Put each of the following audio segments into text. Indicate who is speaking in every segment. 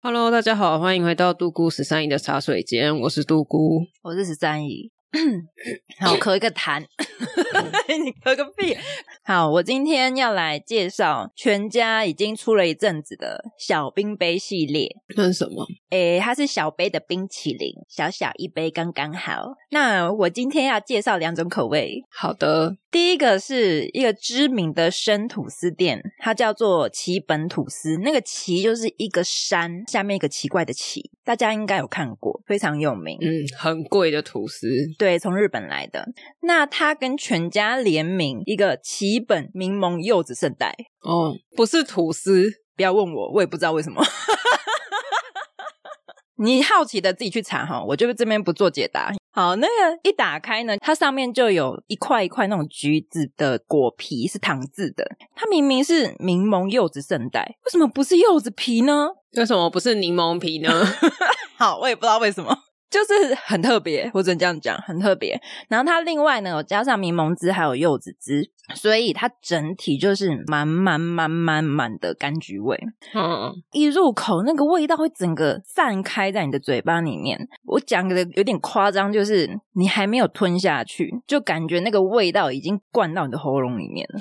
Speaker 1: Hello，大家好，欢迎回到杜姑十三姨的茶水间，我是杜姑。
Speaker 2: 我是十三姨。好，咳一个痰， 你咳个屁！好，我今天要来介绍全家已经出了一阵子的小冰杯系列。
Speaker 1: 那是什么？
Speaker 2: 诶，它是小杯的冰淇淋，小小一杯刚刚好。那我今天要介绍两种口味，
Speaker 1: 好的，
Speaker 2: 第一个是一个知名的生吐司店，它叫做奇本吐司。那个“奇”就是一个山下面一个奇怪的“奇”，大家应该有看过，非常有名。
Speaker 1: 嗯，很贵的吐司，
Speaker 2: 对，从日本来的。那它跟全家联名一个奇本柠檬柚子圣代，
Speaker 1: 哦，不是吐司，
Speaker 2: 不要问我，我也不知道为什么。 你好奇的自己去查哈，我就这边不做解答。好，那个一打开呢，它上面就有一块一块那种橘子的果皮是糖渍的，它明明是柠檬柚子圣代，为什么不是柚子皮呢？
Speaker 1: 为什么不是柠檬皮呢？
Speaker 2: 好，我也不知道为什么， 就是很特别，我只能这样讲，很特别。然后它另外呢，有加上柠檬汁还有柚子汁，所以它整体就是满满满满满的柑橘味。
Speaker 1: 嗯，
Speaker 2: 一入口，那个味道会整个散开在你的嘴巴里面。我讲的有点夸张，就是你还没有吞下去，就感觉那个味道已经灌到你的喉咙里面了。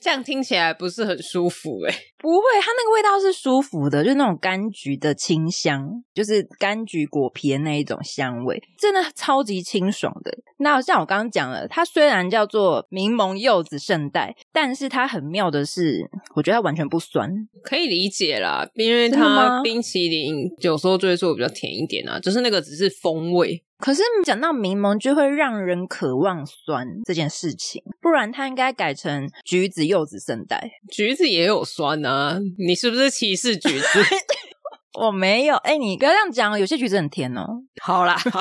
Speaker 1: 这样听起来不是很舒服哎、
Speaker 2: 不会，它那个味道是舒服的，就是那种柑橘的清香，就是柑橘果皮的那一种香味，真的超级清爽的。那像我刚刚讲了，它虽然叫做柠檬柚子圣代，但是它很妙的是，我觉得它完全不酸，
Speaker 1: 可以理解啦，因为
Speaker 2: 真的
Speaker 1: 它
Speaker 2: 吗
Speaker 1: 冰淇淋有时候就会做比较甜一点啊，就是那个只是风味，
Speaker 2: 可是讲到柠檬，就会让人渴望酸这件事情，不然它应该改成橘子、柚子、圣代。
Speaker 1: 橘子也有酸啊，你是不是歧视橘 子？
Speaker 2: 我没有，哎、你不要这样讲哦，有些橘子很甜哦。
Speaker 1: 好 啦，好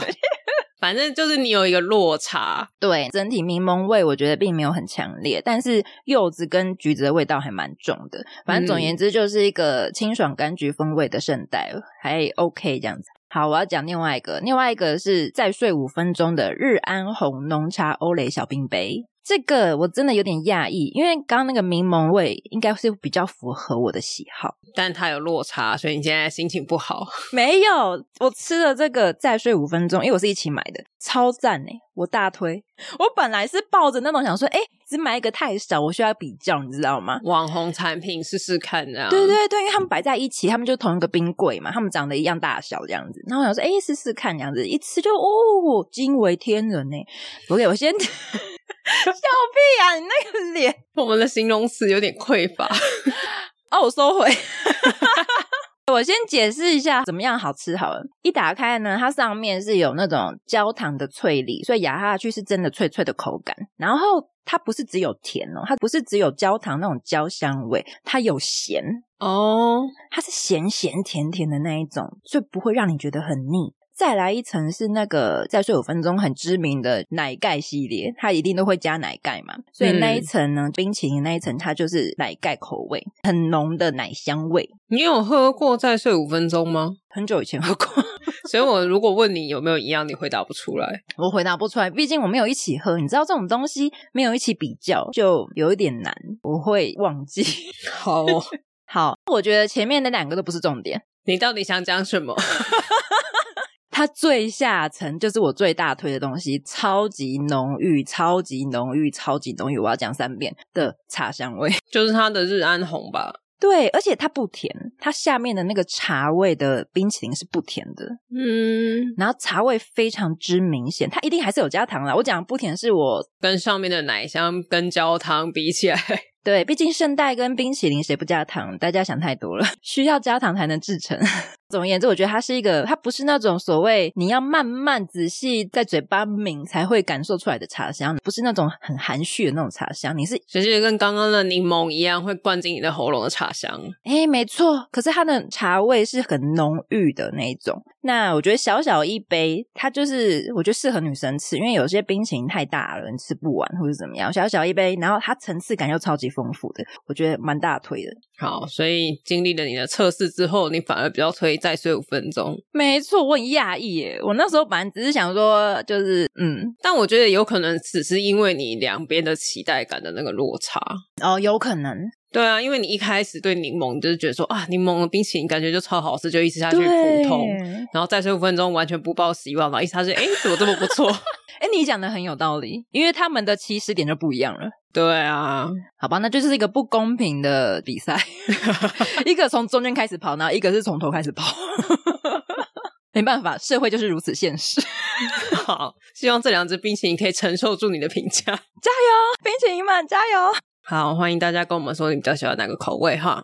Speaker 1: 反正就是你有一个落差，
Speaker 2: 对，整体柠檬味我觉得并没有很强烈，但是柚子跟橘子的味道还蛮重的。反正总而言之，就是一个清爽柑橘风味的圣代，还 OK 这样子。好，我要讲另外一个，另外一个是再睡五分钟的日安红浓茶欧蕾小冰杯。这个我真的有点讶异，因为刚刚那个柠檬味应该是比较符合我的喜好。
Speaker 1: 但它有落差，所以你现在心情不好。
Speaker 2: 没有，我吃了这个再睡五分钟，因为我是一起买的，超赞哎、我大推。我本来是抱着那种想说，哎、只买一个太少，我需要比较，你知道吗？
Speaker 1: 网红产品试试看啊。
Speaker 2: 对，对对，因为他们摆在一起，他们就同一个冰柜嘛，他们长得一样大小这样子。然后我想说，哎、试试看这样子，一吃就哦，惊为天人呢、不 OK，我先 笑屁啊，你那个脸
Speaker 1: 我们的形容词有点匮乏。
Speaker 2: 哦，我收回。 我先解释一下怎么样好吃好了。一打开呢，它上面是有那种焦糖的脆粒，所以咬下去是真的脆脆的口感。然后它不是只有甜哦，它不是只有焦糖那种焦香味，它有咸，
Speaker 1: 哦，
Speaker 2: 它是咸咸甜甜的那一种，所以不会让你觉得很腻。再来一层是那个再睡五分钟很知名的奶盖系列，它一定都会加奶盖嘛，所以那一层呢，冰淇淋那一层它就是奶盖口味，很浓的奶香味。
Speaker 1: 你有喝过再睡五分钟吗？
Speaker 2: 很久以前喝过，
Speaker 1: 所以我如果问你有没有一样，你回答不出来。
Speaker 2: 我回答不出来，毕竟我没有一起喝，你知道这种东西没有一起比较就有一点难，我会忘记。
Speaker 1: 好、哦，
Speaker 2: 好，我觉得前面那两个都不是重点，
Speaker 1: 你到底想讲什么？
Speaker 2: 它最下层就是我最大推的东西，超级浓郁、超级浓郁、超级浓郁，我要讲三遍的茶香味。
Speaker 1: 就是它的日安红吧。
Speaker 2: 对，而且它不甜，它下面的那个茶味的冰淇淋是不甜的，
Speaker 1: 嗯，
Speaker 2: 然后茶味非常之明显，它一定还是有加糖啦。我讲不甜是我
Speaker 1: 跟上面的奶香跟焦糖比起来，
Speaker 2: 对，毕竟圣代跟冰淇淋谁不加糖？大家想太多了，需要加糖才能制成。 总而言之，我觉得它是一个，它不是那种所谓你要慢慢仔细在嘴巴抿才会感受出来的茶香，不是那种很含蓄的那种茶香。你是
Speaker 1: 其实就跟刚刚的柠檬一样，会灌进你的喉咙的茶香。
Speaker 2: 哎，没错，可是它的茶味是很浓郁的那一种。那我觉得小小一杯，它就是我觉得适合女生吃，因为有些冰淇淋太大了，你吃不完或者怎么样。小小一杯，然后它层次感又超级丰富的，我觉得蛮大推的。
Speaker 1: 好，所以经历了你的测试之后，你反而比较推再睡五分钟。
Speaker 2: 没错，我很讶异耶，我那时候本来只是想说，就是嗯，
Speaker 1: 但我觉得有可能只是因为你两边的期待感的那个落差。
Speaker 2: 哦，有可能，
Speaker 1: 对啊，因为你一开始对柠檬就是觉得说啊，柠檬的冰淇淋感觉就超好吃，就一吃下去普通，
Speaker 2: 对
Speaker 1: 然后再睡五分钟完全不抱希望，然后一吃下去，哎，怎么这么不错？
Speaker 2: 哎，你讲的很有道理，因为他们的起始点就不一样了。
Speaker 1: 对啊，
Speaker 2: 好吧，那就是一个不公平的比 赛，一个从中间开始跑，然后一个是从头开始跑。 没办法，社会就是如此现实。
Speaker 1: 好，希望这两只冰淇淋可以承受住你的评价。
Speaker 2: 冰淇淋们加油！
Speaker 1: 好，欢迎大家跟我们说你比较喜欢哪个口味哈。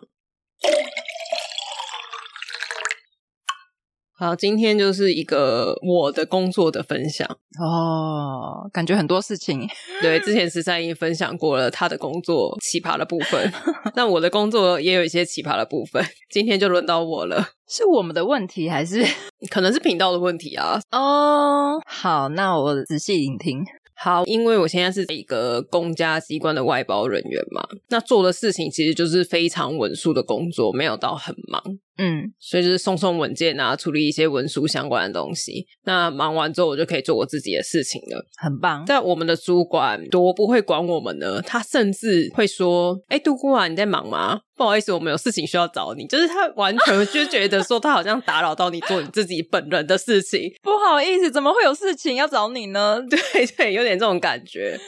Speaker 1: 好，今天就是一个我的工作的分享。
Speaker 2: 哦，感觉很多事情
Speaker 1: 对，之前十三姨分享过了她的工作奇葩的部分， 那我的工作也有一些奇葩的部分。今天就轮到我了，
Speaker 2: 是我们的问题还是？
Speaker 1: 可能是频道的问题啊。
Speaker 2: 哦，好，那我仔细聆听。
Speaker 1: 好，因为我现在是一个公家机关的外包人员嘛，那做的事情其实就是非常文书的工作，没有到很忙。
Speaker 2: 嗯，
Speaker 1: 所以就是送送文件啊，处理一些文书相关的东西。那忙完之后，我就可以做我自己的事情了。
Speaker 2: 很棒。
Speaker 1: 但我们的主管多不会管我们呢，他甚至会说：“哎、杜姑啊，你在忙吗？不好意思，我们有事情需要找你。”就是他完全就觉得说，他好像打扰到你做你自己本人的事情。
Speaker 2: 不好意思，怎么会有事情要找你呢？
Speaker 1: 对对，有点这种感觉。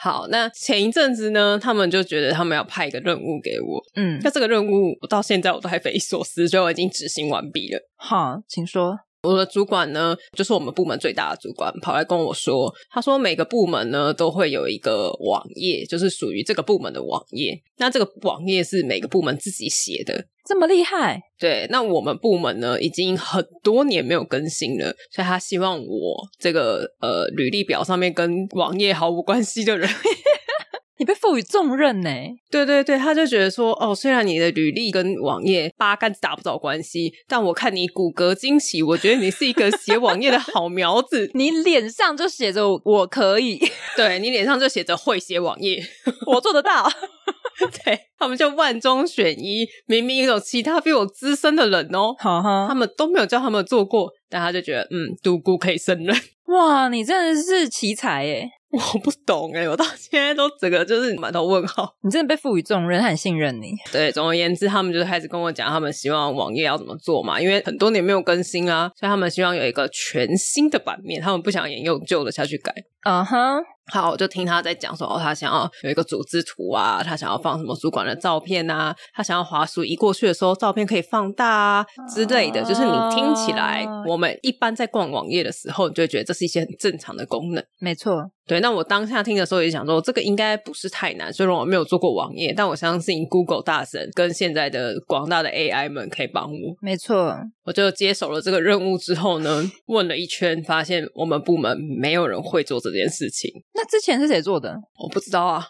Speaker 1: 好，那前一阵子呢，他们就觉得他们要派一个任务给我，
Speaker 2: 嗯，
Speaker 1: 那这个任务我到现在我都还匪夷所思，所以我已经执行完毕了。
Speaker 2: 好，请说。
Speaker 1: 我的主管呢，就是我们部门最大的主管，跑来跟我说，他说每个部门呢都会有一个网页，就是属于这个部门的网页。那这个网页是每个部门自己写的。
Speaker 2: 这么厉害，
Speaker 1: 对，那我们部门呢已经很多年没有更新了，所以他希望我这个呃履历表上面跟网页毫无关系的人
Speaker 2: 你被赋予重任呢。。
Speaker 1: 对对对，他就觉得说，哦，虽然你的履历跟网页八竿子打不着关系，但我看你骨骼惊奇，我觉得你是一个写网页的好苗子
Speaker 2: 你脸上就写着“我可以，
Speaker 1: 对你脸上就写着会写网页，
Speaker 2: 我做得到
Speaker 1: 对他们就万中选一。明明有其他比我资深的人哦”。，
Speaker 2: 好
Speaker 1: 他
Speaker 2: 哈，
Speaker 1: 们都没有叫他们做过，但他就觉得，嗯，独孤可以胜任。
Speaker 2: 哇，你真的是奇才耶！
Speaker 1: 我不懂哎，我到现在都整个就是满头问号。
Speaker 2: 你真的被赋予重任，他很信任你。
Speaker 1: 对，总而言之，他们就是开始跟我讲，他们希望网页要怎么做嘛，因为很多年没有更新啦、所以他们希望有一个全新的版面，他们不想沿用旧的下去改。
Speaker 2: 嗯哼，
Speaker 1: 好，我就听他在讲说，哦，他想要有一个组织图啊，他想要放什么主管的照片啊，他想要滑鼠移过去的时候，照片可以放大啊之类的。就是你听起来
Speaker 2: 哦，
Speaker 1: 我们一般在逛网页的时候，你就会觉得这是一些很正常的功能。
Speaker 2: 没错，
Speaker 1: 对，那我当下听的时候也想说，这个应该不是太难。虽然我没有做过网页，但我相信 Google 大神跟现在的广大的 AI 们可以帮我。
Speaker 2: 没错。
Speaker 1: 我就接手了这个任务之后呢，问了一圈，发现我们部门没有人会做这件事情。
Speaker 2: 那之前是谁做的？
Speaker 1: 我不知道啊，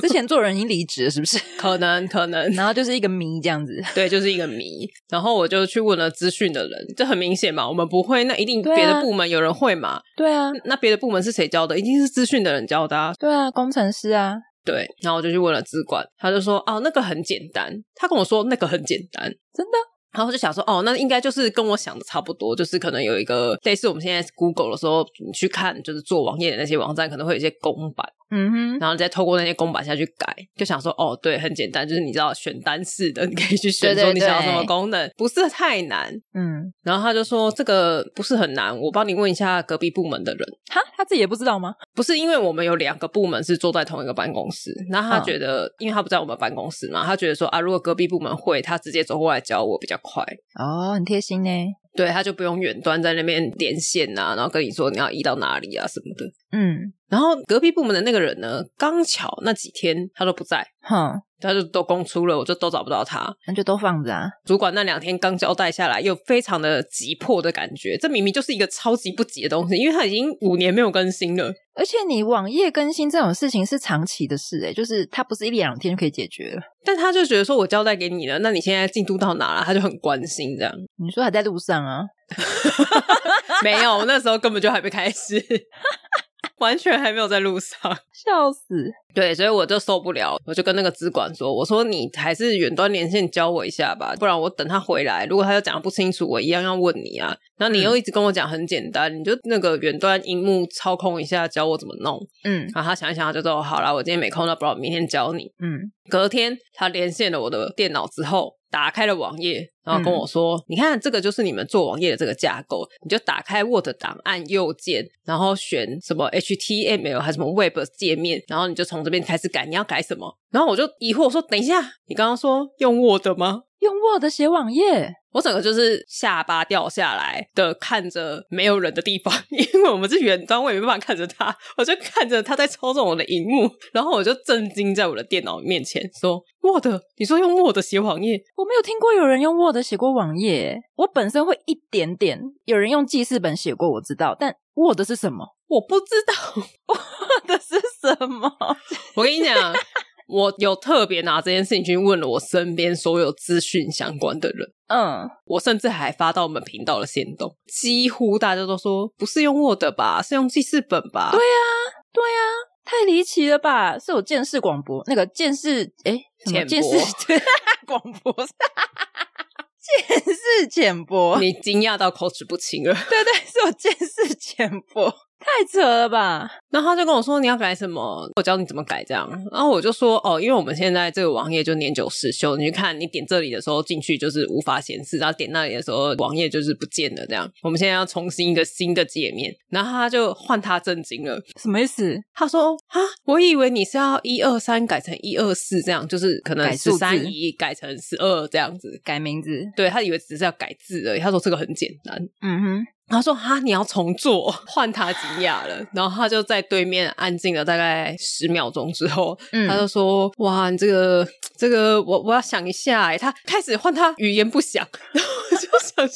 Speaker 2: 之前做人已经离职了，是不 是？
Speaker 1: 可能可能，
Speaker 2: 然后就是一个谜这样子。
Speaker 1: 对，就是一个谜。然后我就去问了资讯的人，这很明显嘛，我们不会，那一定
Speaker 2: 对啊
Speaker 1: 别的部门有人会嘛。
Speaker 2: 对啊，
Speaker 1: 那别的部门是谁教的？一定是资讯的人教的啊。
Speaker 2: 对啊，工程师啊，
Speaker 1: 对，然后我就去问了资管，他就说哦，那个很简单。他跟我说那个很简单，
Speaker 2: 真的
Speaker 1: 然后我就想说哦，那应该就是跟我想的差不多，就是可能有一个类似我们现在 Google 的时候，你去看就是做网页的那些网站，可能会有一些公版，
Speaker 2: 嗯哼，
Speaker 1: 然后你再透过那些公版下去改，就想说哦，对，很简单，就是你知道选单式的，你可以去选
Speaker 2: 对对
Speaker 1: 说你想要
Speaker 2: 对
Speaker 1: 什么功能，不是太难。
Speaker 2: 嗯，
Speaker 1: 然后他就说这个不是很难，我帮你问一下隔壁部门的人。
Speaker 2: 哈，他自己也不知道吗？
Speaker 1: 不是因为我们有两个部门是坐在同一个办公室，然后他
Speaker 2: 嗯
Speaker 1: 觉得，因为他不在我们办公室嘛，他觉得说啊，如果隔壁部门会，他直接走过来教我比较快，
Speaker 2: 哦，很贴心呢。
Speaker 1: 对，他就不用远端在那边连线啊，然后跟你说你要移到哪里啊什么的。
Speaker 2: 嗯，
Speaker 1: 然后隔壁部门的那个人呢，刚巧那几天他都不在，
Speaker 2: 哼，
Speaker 1: 他就都供出了，我就都找不到他。
Speaker 2: 那就都放着啊。
Speaker 1: 主管那两天刚交代下来，又非常的急迫的感觉，这明明就是一个超级不急的东西，因为他已经五年没有更新了。
Speaker 2: 而且你网页更新这种事情是长期的事、欸，诶，就是它不是一两天就可以解决了。
Speaker 1: 但他就觉得说，我交代给你了，那你现在进度到哪了？他就很关心这样。
Speaker 2: 你说还在路上啊？
Speaker 1: 没有，我那时候根本就还没开始， 完全还没有在路上。
Speaker 2: 笑死！
Speaker 1: 对，所以我就受不了，我就跟那个资管说：“我说你还是远端连线教我一下吧，不然我等他回来，如果他又讲得不清楚，我一样要问你啊。然后你又一直跟我讲很简单，你就那个远端荧幕操控一下，教我怎么弄。
Speaker 2: 嗯
Speaker 1: 然后他想一想，他就说：哦好啦，我今天没空，那不然我明天教你。
Speaker 2: 嗯，
Speaker 1: 隔天他连线了我的电脑之后，打开了网页，然后跟我说：“你看，这个就是你们做网页的这个架构，你就打开 Word 档，按右键，然后选什么 HTML 还是什么 Web 界面，然后你就从这边开始改，你要改什么？”然后我就疑惑说：“等一下，你刚刚说用 Word 吗
Speaker 2: 用 Word 写网页，？”
Speaker 1: 我整个就是下巴掉下来的看着没有人的地方， 因为我们是远端，我也没办法看着他，我就看着他在操纵我的荧幕，然后我就震惊在我的电脑面前说：“Word，你说用 Word 写网页？
Speaker 2: 我没有听过有人用 Word 写过网页欸。我本身会一点点，有人用记事本写过，我知道，但 Word 是什么
Speaker 1: 我不知道。”
Speaker 2: ？Word 是什么？
Speaker 1: 我跟你讲，啊我有特别拿这件事情去问了我身边所有资讯相关的人，
Speaker 2: 嗯，
Speaker 1: 我甚至还发到我们频道的线动，几乎大家都说不是用 Word 吧，是用记事本吧？
Speaker 2: 对啊，对啊，太离奇了吧！是有见识广播那个见识，哎，什
Speaker 1: 浅
Speaker 2: 么
Speaker 1: 薄
Speaker 2: 见识对 广播，见识浅薄，
Speaker 1: 你惊讶到口齿不清了。
Speaker 2: 对对，是我见识浅薄， 太扯了吧？
Speaker 1: 然后他就跟我说你要改什么，我教你怎么改这样。然后我就说哦，因为我们现在这个网页就年久失修，你去看你点这里的时候进去就是无法显示，然后点那里的时候网页就是不见了这样。我们现在要重新一个新的界面。然后他就换他震惊了，
Speaker 2: 什么意思？
Speaker 1: 他说：“哈，我以为你是要一二三改成一二四这样，就是可能
Speaker 2: 改
Speaker 1: 十
Speaker 2: 数字
Speaker 1: 三一改成十二这样子。
Speaker 2: 改名字？
Speaker 1: 对他以为只是要改字而已。他说这个很简单。
Speaker 2: 嗯哼，
Speaker 1: 他说：哈，你要重做，换他惊讶了。然后他就在对面安静了大概十秒钟之后，
Speaker 2: 嗯
Speaker 1: 他就说：哇，你这个这个，我我要想一下欸。他开始换他语言不详， 然后我就想说，你不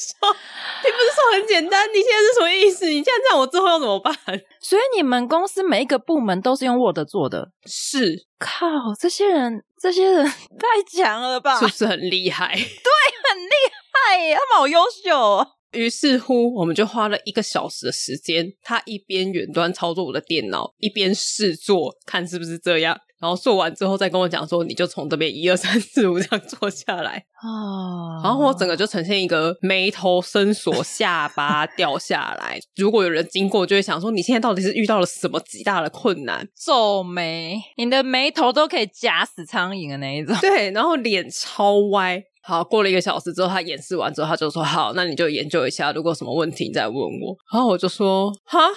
Speaker 1: 是说很简单？你现在是什么意思？你现在这样，我之后要怎么办？
Speaker 2: 所以你们公司每一个部门都是用 Word 做的？
Speaker 1: 是
Speaker 2: 靠，这些人，这些人 太强了吧？
Speaker 1: 是不是很厉害？”
Speaker 2: 害耶，他们好优秀、哦。
Speaker 1: 于是乎，我们就花了一个小时的时间，他一边远端操作我的电脑，一边试做，看是不是这样。然后做完之后再跟我讲说，你就从这边一二三四五这样做下来。
Speaker 2: 哦
Speaker 1: 然后我整个就呈现一个眉头深锁、下巴掉下来。如果有人经过，就会想说，你现在到底是遇到了什么极大的困难？
Speaker 2: 皱眉，你的眉头都可以夹死苍蝇的那一种。
Speaker 1: 对，然后脸超歪。好，过了一个小时之后，他演示完之后，他就说：“好，那你就研究一下，如果有什么问题你再问我。”然后我就说：“哈，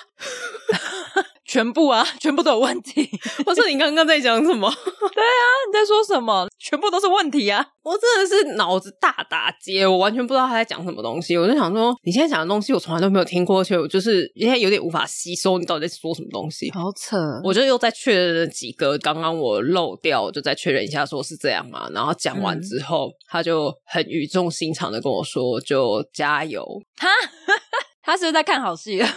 Speaker 2: 全部啊，全部都有问题。 你
Speaker 1: 我说你刚刚在讲什么？
Speaker 2: 在说什么？全部都是问题啊！
Speaker 1: 我真的是脑子大打结，我完全不知道他在讲什么东西。我就想说，你现在讲的东西我从来都没有听过，而且我就是现在有点无法吸收你到底在说什么东西。
Speaker 2: 好扯，
Speaker 1: 我就又再确认了几个刚刚我漏掉，我就再确认一下，说是这样嘛。然后讲完之后，他就很语重心长的跟我说：“就加油。
Speaker 2: 他是不是在看好戏了？”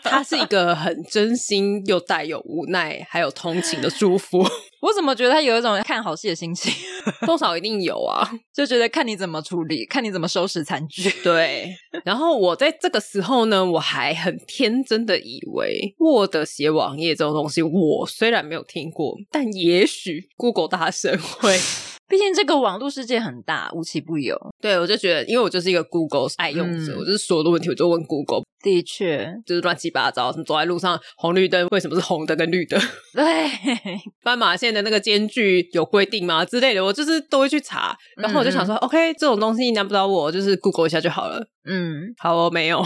Speaker 1: 他是一个很真心又带有无奈还有同情的祝福，
Speaker 2: 我怎么觉得他有一种看好戏的心情，
Speaker 1: 多少一定有啊。
Speaker 2: 就觉得看你怎么处理，看你怎么收拾残局。
Speaker 1: 对，然后我在这个时候呢，我还很天真的以为 Word 写网页这种东西，我虽然没有听过，但也许 Google 大神会。
Speaker 2: 毕竟这个网络世界很大，无奇不有。
Speaker 1: 对，我就觉得，因为我就是一个 Google 爱用者，
Speaker 2: 嗯
Speaker 1: 我就是所有的问题我就问 Google，
Speaker 2: 的确，
Speaker 1: 就是乱七八糟，什么走在路上红绿灯为什么是红灯跟绿灯，
Speaker 2: 对，
Speaker 1: 斑马线的那个间距有规定吗之类的，我就是都会去查。然后我就想说、o k 这种东西难不倒我，就是 Google 一下就好了。
Speaker 2: 嗯，
Speaker 1: 好、哦，没有。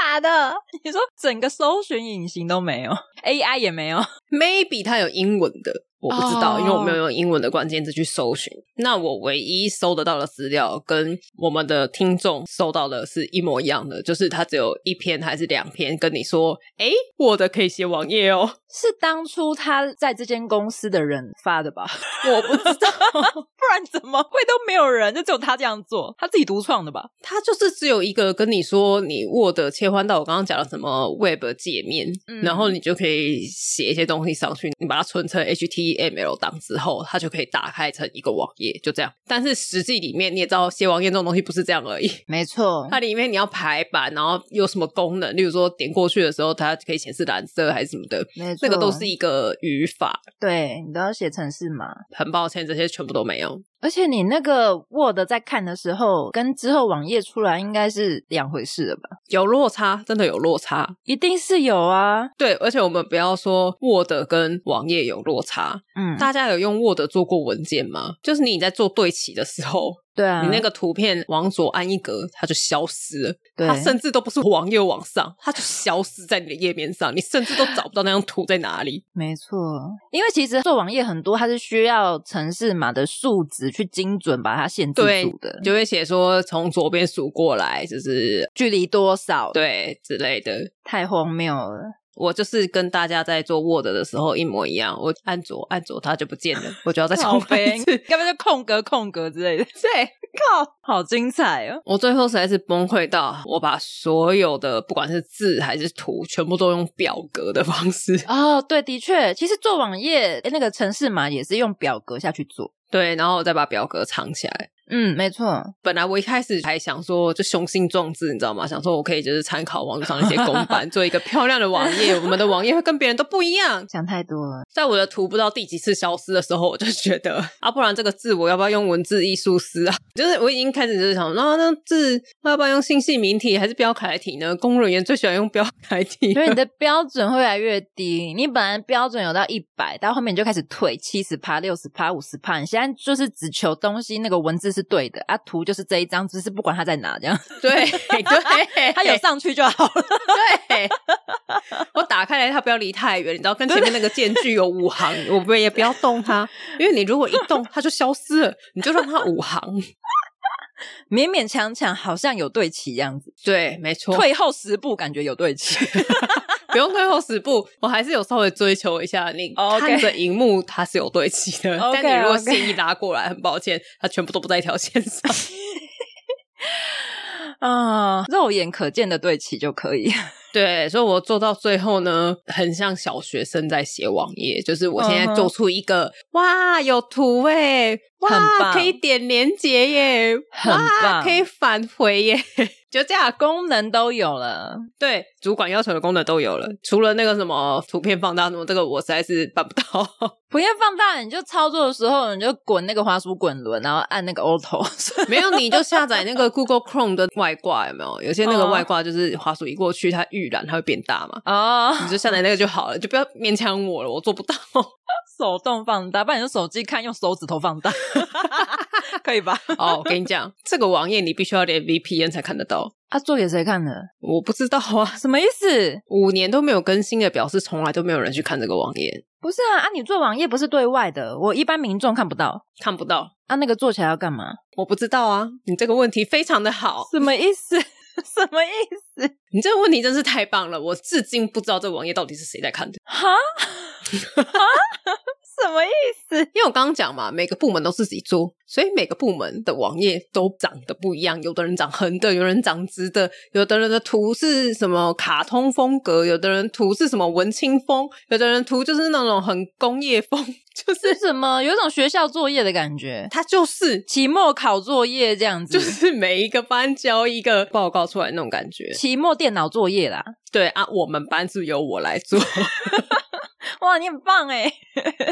Speaker 2: 假的。你说整个搜寻隐形都没有，AI 也没有。
Speaker 1: maybe 它有英文的，我不知道因为我
Speaker 2: 哦
Speaker 1: 没有用英文的关键字去搜寻。那我唯一搜得到的资料跟我们的听众搜到的是一模一样的，就是他只有一篇还是两篇跟你说，诶，我的可以写网页哦，
Speaker 2: 是当初他在这间公司的人发的吧？
Speaker 1: 我不知道，
Speaker 3: 不然怎么会都没有人？就只有他这样做，他自己独创的吧？
Speaker 1: 他就是只有一个跟你说，你 Word 切换到我刚刚讲的什么 Web 界面，
Speaker 2: 嗯
Speaker 1: 然后你就可以写一些东西上去，你把它存成 HTML 档之后，它就可以打开成一个网页，就这样。但是实际里面你也知道，写网页这种东西不是这样而已。
Speaker 2: 没错，
Speaker 1: 它里面你要排版，然后有什么功能，例如说点过去的时候，它可以显示蓝色还是什么的，
Speaker 2: 没错，
Speaker 1: 那个都是一个语法。
Speaker 2: 对你都要写程式嘛。
Speaker 1: 很抱歉，这些全部都没有。
Speaker 2: 而且你那个 Word 在看的时候，跟之后网页出来应该是两回事了吧？
Speaker 1: 有落差，真的有落差。
Speaker 2: 一定是有啊，
Speaker 1: 对，而且我们不要说 Word 跟网页有落差，
Speaker 2: 嗯，
Speaker 1: 大家有用 Word 做过文件吗？就是你在做对齐的时候，
Speaker 2: 对啊，
Speaker 1: 你那个图片往左按一格，它就消失了，
Speaker 2: 对
Speaker 1: 它甚至都不是往右往上，它就消失在你的页面上，你甚至都找不到那张图在哪 里。
Speaker 2: 没错，因为其实做网页很多，它是需要城市码的数值去精准把它限制
Speaker 1: 对
Speaker 2: 住的
Speaker 1: 你，就会写说从左边数过来，就是
Speaker 2: 距离多少？，
Speaker 1: 对之类的。
Speaker 2: 太荒谬了。
Speaker 1: 我就是跟大家在做 Word 的时候一模一样，我按左按左它就不见了，我就要再重来
Speaker 3: 飞，
Speaker 1: 一 次。
Speaker 3: 要不然就空格空格之类的。
Speaker 1: 对，
Speaker 3: 好精彩哦！
Speaker 1: 我最后实在是崩溃到，我把所有的不管是字还是图，全部都用表格的方式。
Speaker 2: 哦，对，的确，其实做网页诶那个城市码也是用表格下去做。
Speaker 1: 对，然后我再把表格藏起来。
Speaker 2: 嗯，没错，
Speaker 1: 本来我一开始还想说，就雄心壮志，你知道吗？想说我可以就是参考网络上一些公版，做一个漂亮的网页，我们的网页会跟别人都不一样。
Speaker 2: 想太多了。
Speaker 1: 在我的图不知道第几次消失的时候，我就觉得啊，不然这个字我要不要用文字艺术师啊？ 就是我已经开始就是想，啊那、那字要不要用信息名体还是标楷体呢？工作人员最喜欢用标楷体，
Speaker 2: 所以你的标准会越来越低，你本来标准有到一百，到后面你就开始退七十趴、六十趴、五十趴，你现在就是只求东西那个文字是对的啊，图就是这一张，只是不管它在哪这样。
Speaker 1: 对对，
Speaker 3: 他有上去就好了。
Speaker 1: 对，我打开来，它不要离太远，你知道，跟前面那个间距有五行，我们也不要动它，因为你如果一动，它就消失了，你就让它五行。
Speaker 2: 勉勉强强好像有对齐样子，
Speaker 1: 对，没错，
Speaker 3: 退后十步，感觉有对齐。
Speaker 1: 不用退后十步，我还是有稍微追求一下你
Speaker 3: 哦，OK
Speaker 1: 看着荧幕，它是有对齐的
Speaker 3: OK，
Speaker 1: 但你如果
Speaker 3: OK
Speaker 1: 线一拉过来，很抱歉，它全部都不在一条线上。
Speaker 2: 啊、肉眼可见的对齐就可以。
Speaker 1: 对，所以我做到最后呢，很像小学生在写网页，就是我现在
Speaker 3: 嗯哼
Speaker 1: 做出一个、哇，有图哎、
Speaker 3: 很
Speaker 1: 哇，
Speaker 3: 棒
Speaker 1: 可以点连接耶，
Speaker 2: 很
Speaker 1: 哇，
Speaker 2: 棒
Speaker 1: 可以返回耶， 就这样。
Speaker 2: 功能都有了，
Speaker 1: 对，主管要求的功能都有了，除了那个什么图片放大什么，这个我实在是办不到。
Speaker 2: 不要放大，你就操作的时候你就滚那个滑鼠滚轮，然后按那个 Auto，
Speaker 1: 没有，你就下载那个 Google Chrome 的外挂，有没有？有些那个
Speaker 3: 嗯
Speaker 1: 外挂就是滑鼠一过去，它预览它会变大嘛，
Speaker 2: 哦，
Speaker 1: 你就下载那个就好了，就不要勉强我了，我做不到。
Speaker 3: 手动放大，不然你用手机看，用手指头 放大，可以吧？
Speaker 1: 哦，我跟你讲，这个网页你必须要连 VPN 才看得到。
Speaker 2: 啊，做给谁看的？
Speaker 1: 我不知道啊，
Speaker 2: 什么意思？
Speaker 1: 五年都没有更新的，表示从来都没有人去看这个网页，
Speaker 2: 不是啊，啊，你做网页不是对外的，我一般民众看不到。
Speaker 1: 看不到。
Speaker 2: 啊，那个做起来要干嘛？
Speaker 1: 我不知道啊，你这个问题非常的好，
Speaker 2: 什么意思？ 什么意思？
Speaker 1: 你这个问题真是太棒了，我至今不知道这个网页到底是谁在看的，
Speaker 2: 哈？什么意思？
Speaker 1: 因为我刚刚讲嘛，每个部门都是自己做，所以每个部门的网页都长得不一样，有的人长横的，有人长直的，有的人的图是什么卡通风格，有的人图是什么文青风，有的人图就是那种很工业风，就是
Speaker 2: 是什么？有一种学校作业的感觉，
Speaker 1: 它就是
Speaker 2: 期末考作业这样子，
Speaker 1: 就是每一个班交一个报告出来那种感觉。
Speaker 2: 期末电脑作业啦。
Speaker 1: 对啊，我们班是由我来做，
Speaker 3: 哇，你很棒
Speaker 2: 欸
Speaker 3: 哎！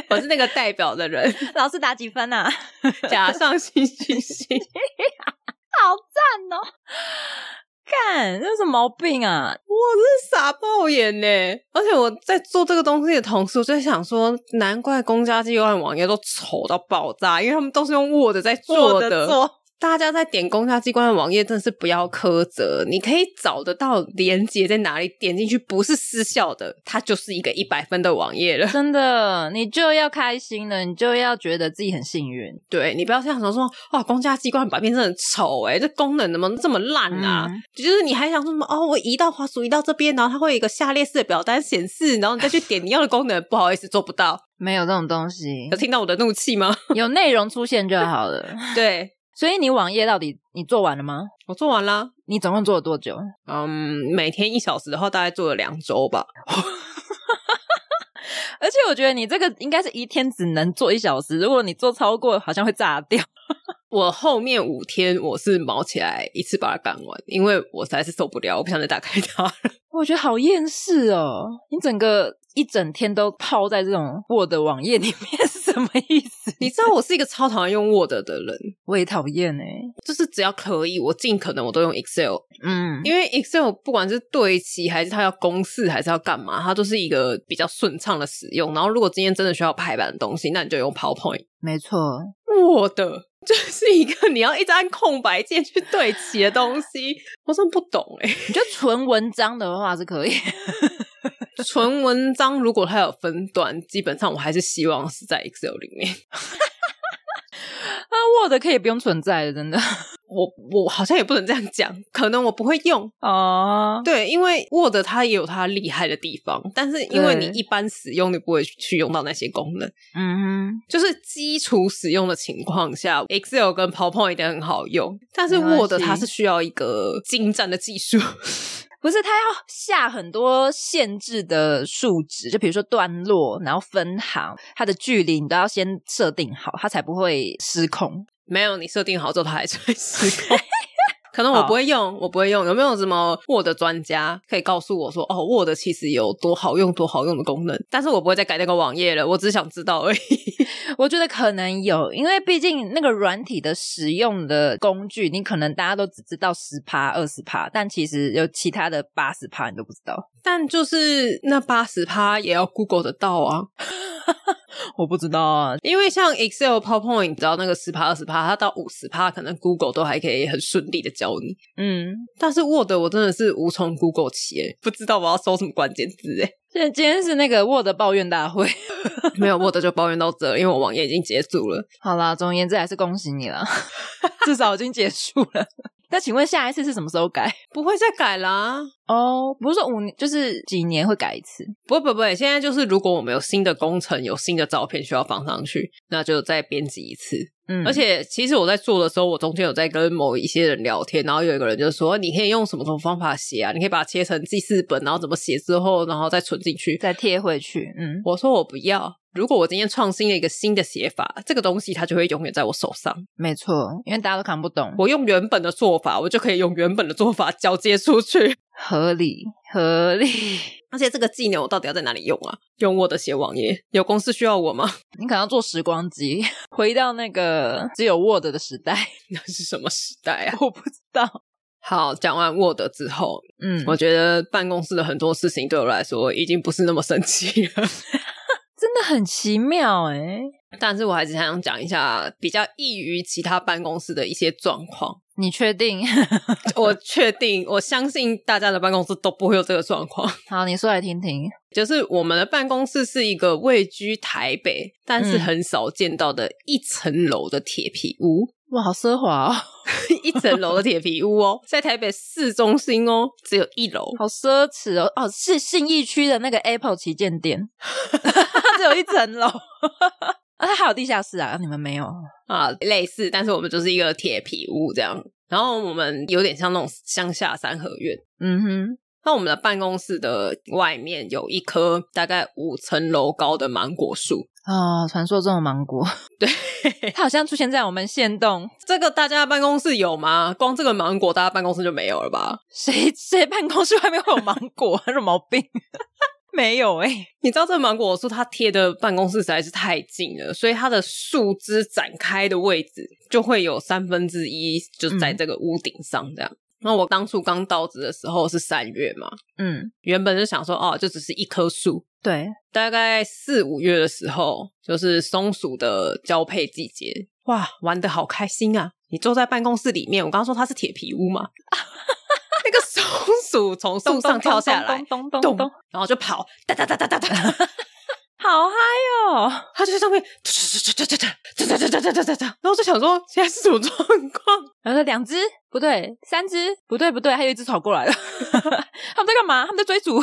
Speaker 1: 我是那个代表的人，
Speaker 3: 老师打几分啊？
Speaker 1: 加 上星星星。
Speaker 2: 哦干，这有什么毛病啊？
Speaker 1: 傻爆眼呢！而且我在做这个东西的同时，我就在想说，难怪公家机关的网页都丑到爆炸，因为他们都是用 Word 在做
Speaker 3: 我的
Speaker 1: 的。
Speaker 3: 做
Speaker 1: 大家在点公家机关的网页，真的是不要苛责，你可以找得到连接在哪里，点进去不是失效的，它就是一个一百分的网页了。
Speaker 2: 真的，你就要开心了，你就要觉得自己很幸运。
Speaker 1: 对你不要想说说哇，公家机关把面真的很丑哎、这功能怎么这么烂啊？
Speaker 2: 嗯
Speaker 1: 就是你还想说什么哦，我移到滑鼠移到这边，然后它会有一个下列式的表单显示，然后你再去点你要的功能，不好意思做不到。
Speaker 2: 没有这种东 西
Speaker 1: 有，听到我的怒气吗？
Speaker 2: 有内容出现就好了。
Speaker 1: 对
Speaker 2: 所以你网页到底你做完了吗？
Speaker 1: 我做完啦，
Speaker 2: 你总共做了多久？
Speaker 1: 嗯，每天一小时的话，大概做了两周吧。
Speaker 2: 而且我觉得你这个应该是一天只能做一小时，如果你做超过，好像会炸掉。
Speaker 1: 我后面五天我是毛起来一次把它干完，因为我实在是受不了，我不 想再打开它。
Speaker 2: 我觉得好厌世哦！你整个一整天都泡在这种 Word 网页里面，是什么意思？
Speaker 1: 你知道我是一个超讨厌用 Word 的人，
Speaker 2: 我也讨厌哎、
Speaker 1: 就是只要可以，我尽可能我都用 Excel，
Speaker 2: 嗯，
Speaker 1: 因为 Excel 不管是对齐还是它要公式还是要干嘛，它都是一个比较顺畅的使用。然后如果今天真的需要排版的东西，那你就用 PowerPoint。
Speaker 2: 没错，
Speaker 1: Word 就是一个你要一直按空白键去对齐的东西，我真的不懂哎、
Speaker 2: 你觉得纯文章的话是可以，
Speaker 1: 纯文章如果它有分段，基本上我还是希望是在 Excel 里面。
Speaker 2: 那啊 Word 可以不用存在的，真的
Speaker 1: 我我好像也不能这样讲，可能我不会用。
Speaker 2: 哦。
Speaker 1: 对，因为 Word 它也有它厉害的地方，但是因为你
Speaker 2: 对
Speaker 1: 一般使用，你不会去用到那些功能。
Speaker 2: 嗯
Speaker 1: 就是基础使用的情况下，Excel 跟 PowerPoint 也很好用，但是
Speaker 2: 没关系
Speaker 1: Word 它是需要一个精湛的技术。
Speaker 2: 哼，不是，它要下很多限制的数值，就比如说段落，然后分行，它的距离你都要先设定好，它才不会失控。
Speaker 1: 没有，你设定好之后，它还是会失控。 可能我
Speaker 2: 好
Speaker 1: 不会用，我不会用。有没有什么 Word 专家可以告诉我说，哦，Word 其实有多好用、多好用的功能？但是我不会再改那个网页了，我只想知道而已。
Speaker 2: 我觉得可能有，因为毕竟那个软体的使用的工具，你可能大家都只知道十趴、二十趴，但其实有其他的八十趴你都不知道。
Speaker 1: 但就是那八十趴也要 Google 得到啊，
Speaker 2: 我不知道啊，
Speaker 1: 因为像 Excel、PowerPoint，你知道那个十趴、二十趴，它到五十趴，可能 Google 都还可以很顺利的教你。
Speaker 2: 嗯，
Speaker 1: 但是 Word 我真的是无从 Google 起耶，不知道我要搜什么关键字哎。
Speaker 2: 现在今天是那个 Word 抱怨大会。
Speaker 1: 没有 Word 就抱怨到这了，因为我网页已经结束了。
Speaker 2: 好啦，总而言之还是恭喜你啦， 至少已经结束了。那请问下一次是什么时候改？
Speaker 1: 不会再改啦。
Speaker 2: 哦，不是说五年，就是几年会改一次。
Speaker 1: 不不不，现在就是如果我们有新的工程、有新的照片需要放上去，那就再编辑一次。
Speaker 2: 嗯
Speaker 1: 而且其实我在做的时候，我中间有在跟某一些人聊天，然后有一个人就说：“你可以用什么什么方法写啊？你可以把它切成记事本，然后怎么写之后，然后再存进去。
Speaker 2: 再贴回去，”嗯，
Speaker 1: 我说我不要。如果我今天创新了一个新的写法，这个东西它就会永远在我手上。
Speaker 2: 没错，因为大家都看不懂，
Speaker 1: 我用原本的做法，我就可以用原本的做法交接出 去。
Speaker 2: 合理合理。
Speaker 1: 而且这个技能我到底要在哪里用啊？用 Word 写网页，有公司需要我吗？
Speaker 2: 你可能要做时光机，回到那个只有 Word 的时代。
Speaker 1: 那是什么时代啊？
Speaker 2: 我不知道，
Speaker 1: 好，讲完 Word 之后，
Speaker 2: 嗯，
Speaker 1: 我觉得办公室的很多事情对我来说已经不是那么神奇 了。
Speaker 2: 真的很奇妙哎、
Speaker 1: 但是我还是想讲一下比较异于其他办公室的一些状况。
Speaker 2: 你确定？
Speaker 1: 我确定，我相信大家的办公室都不会有这个状况。
Speaker 2: 好，你说来听听。
Speaker 1: 就是我们的办公室是一个位居台北，但是
Speaker 2: 嗯
Speaker 1: 很少见到的一层楼的铁皮屋，
Speaker 2: 哇，好奢华哦，
Speaker 1: 一层楼的铁皮屋哦，在台北市中心哦，只有一楼。
Speaker 2: 好奢侈哦！哦，是信义区的那个 Apple 旗舰店， 只有一层楼， 啊，它还有地下室啊，你们没有？
Speaker 1: 啊，类似，但是我们就是一个铁皮屋这样。然后我们有点像那种乡下三合院。
Speaker 2: 嗯哼，
Speaker 1: 那我们的办公室的外面有一棵大概五层楼高的芒果树，
Speaker 2: 哦，传说中的芒果，
Speaker 1: 对，
Speaker 2: 它好像出现在我们县洞，
Speaker 1: 这个大家的办公室有吗？光这个芒果，大家办公室就没有了吧？
Speaker 2: 谁谁办公室外面会有芒果？啊 有毛病？没有哎、
Speaker 1: 你知道这个芒果树它贴的办公室实在是太近了，所以它的树枝展开的位置就会有三分之一就
Speaker 2: 嗯
Speaker 1: 在这个屋顶上这样。那我当初刚到职的时候是三月嘛，
Speaker 2: 嗯，
Speaker 1: 原本就想说哦，就只是一棵树，
Speaker 2: 对，
Speaker 1: 大概四五月的时候，就是松鼠的交配季节，哇，玩的好开心啊！你坐在办公室里面，我刚刚说它是铁皮屋嘛， 那个松鼠从树上跳下来，
Speaker 2: 咚咚
Speaker 1: 咚
Speaker 2: 咚，，
Speaker 1: 然后就跑，哒哒哒哒哒哒，
Speaker 2: 好嗨哦！
Speaker 1: 它就在上面，哒哒哒哒哒哒哒哒哒哒哒，然后我就想说现在是什么状况？
Speaker 2: 然后说两只不对，三只不对不对，还有一只跑过来了， 他们在干嘛？他们在追逐。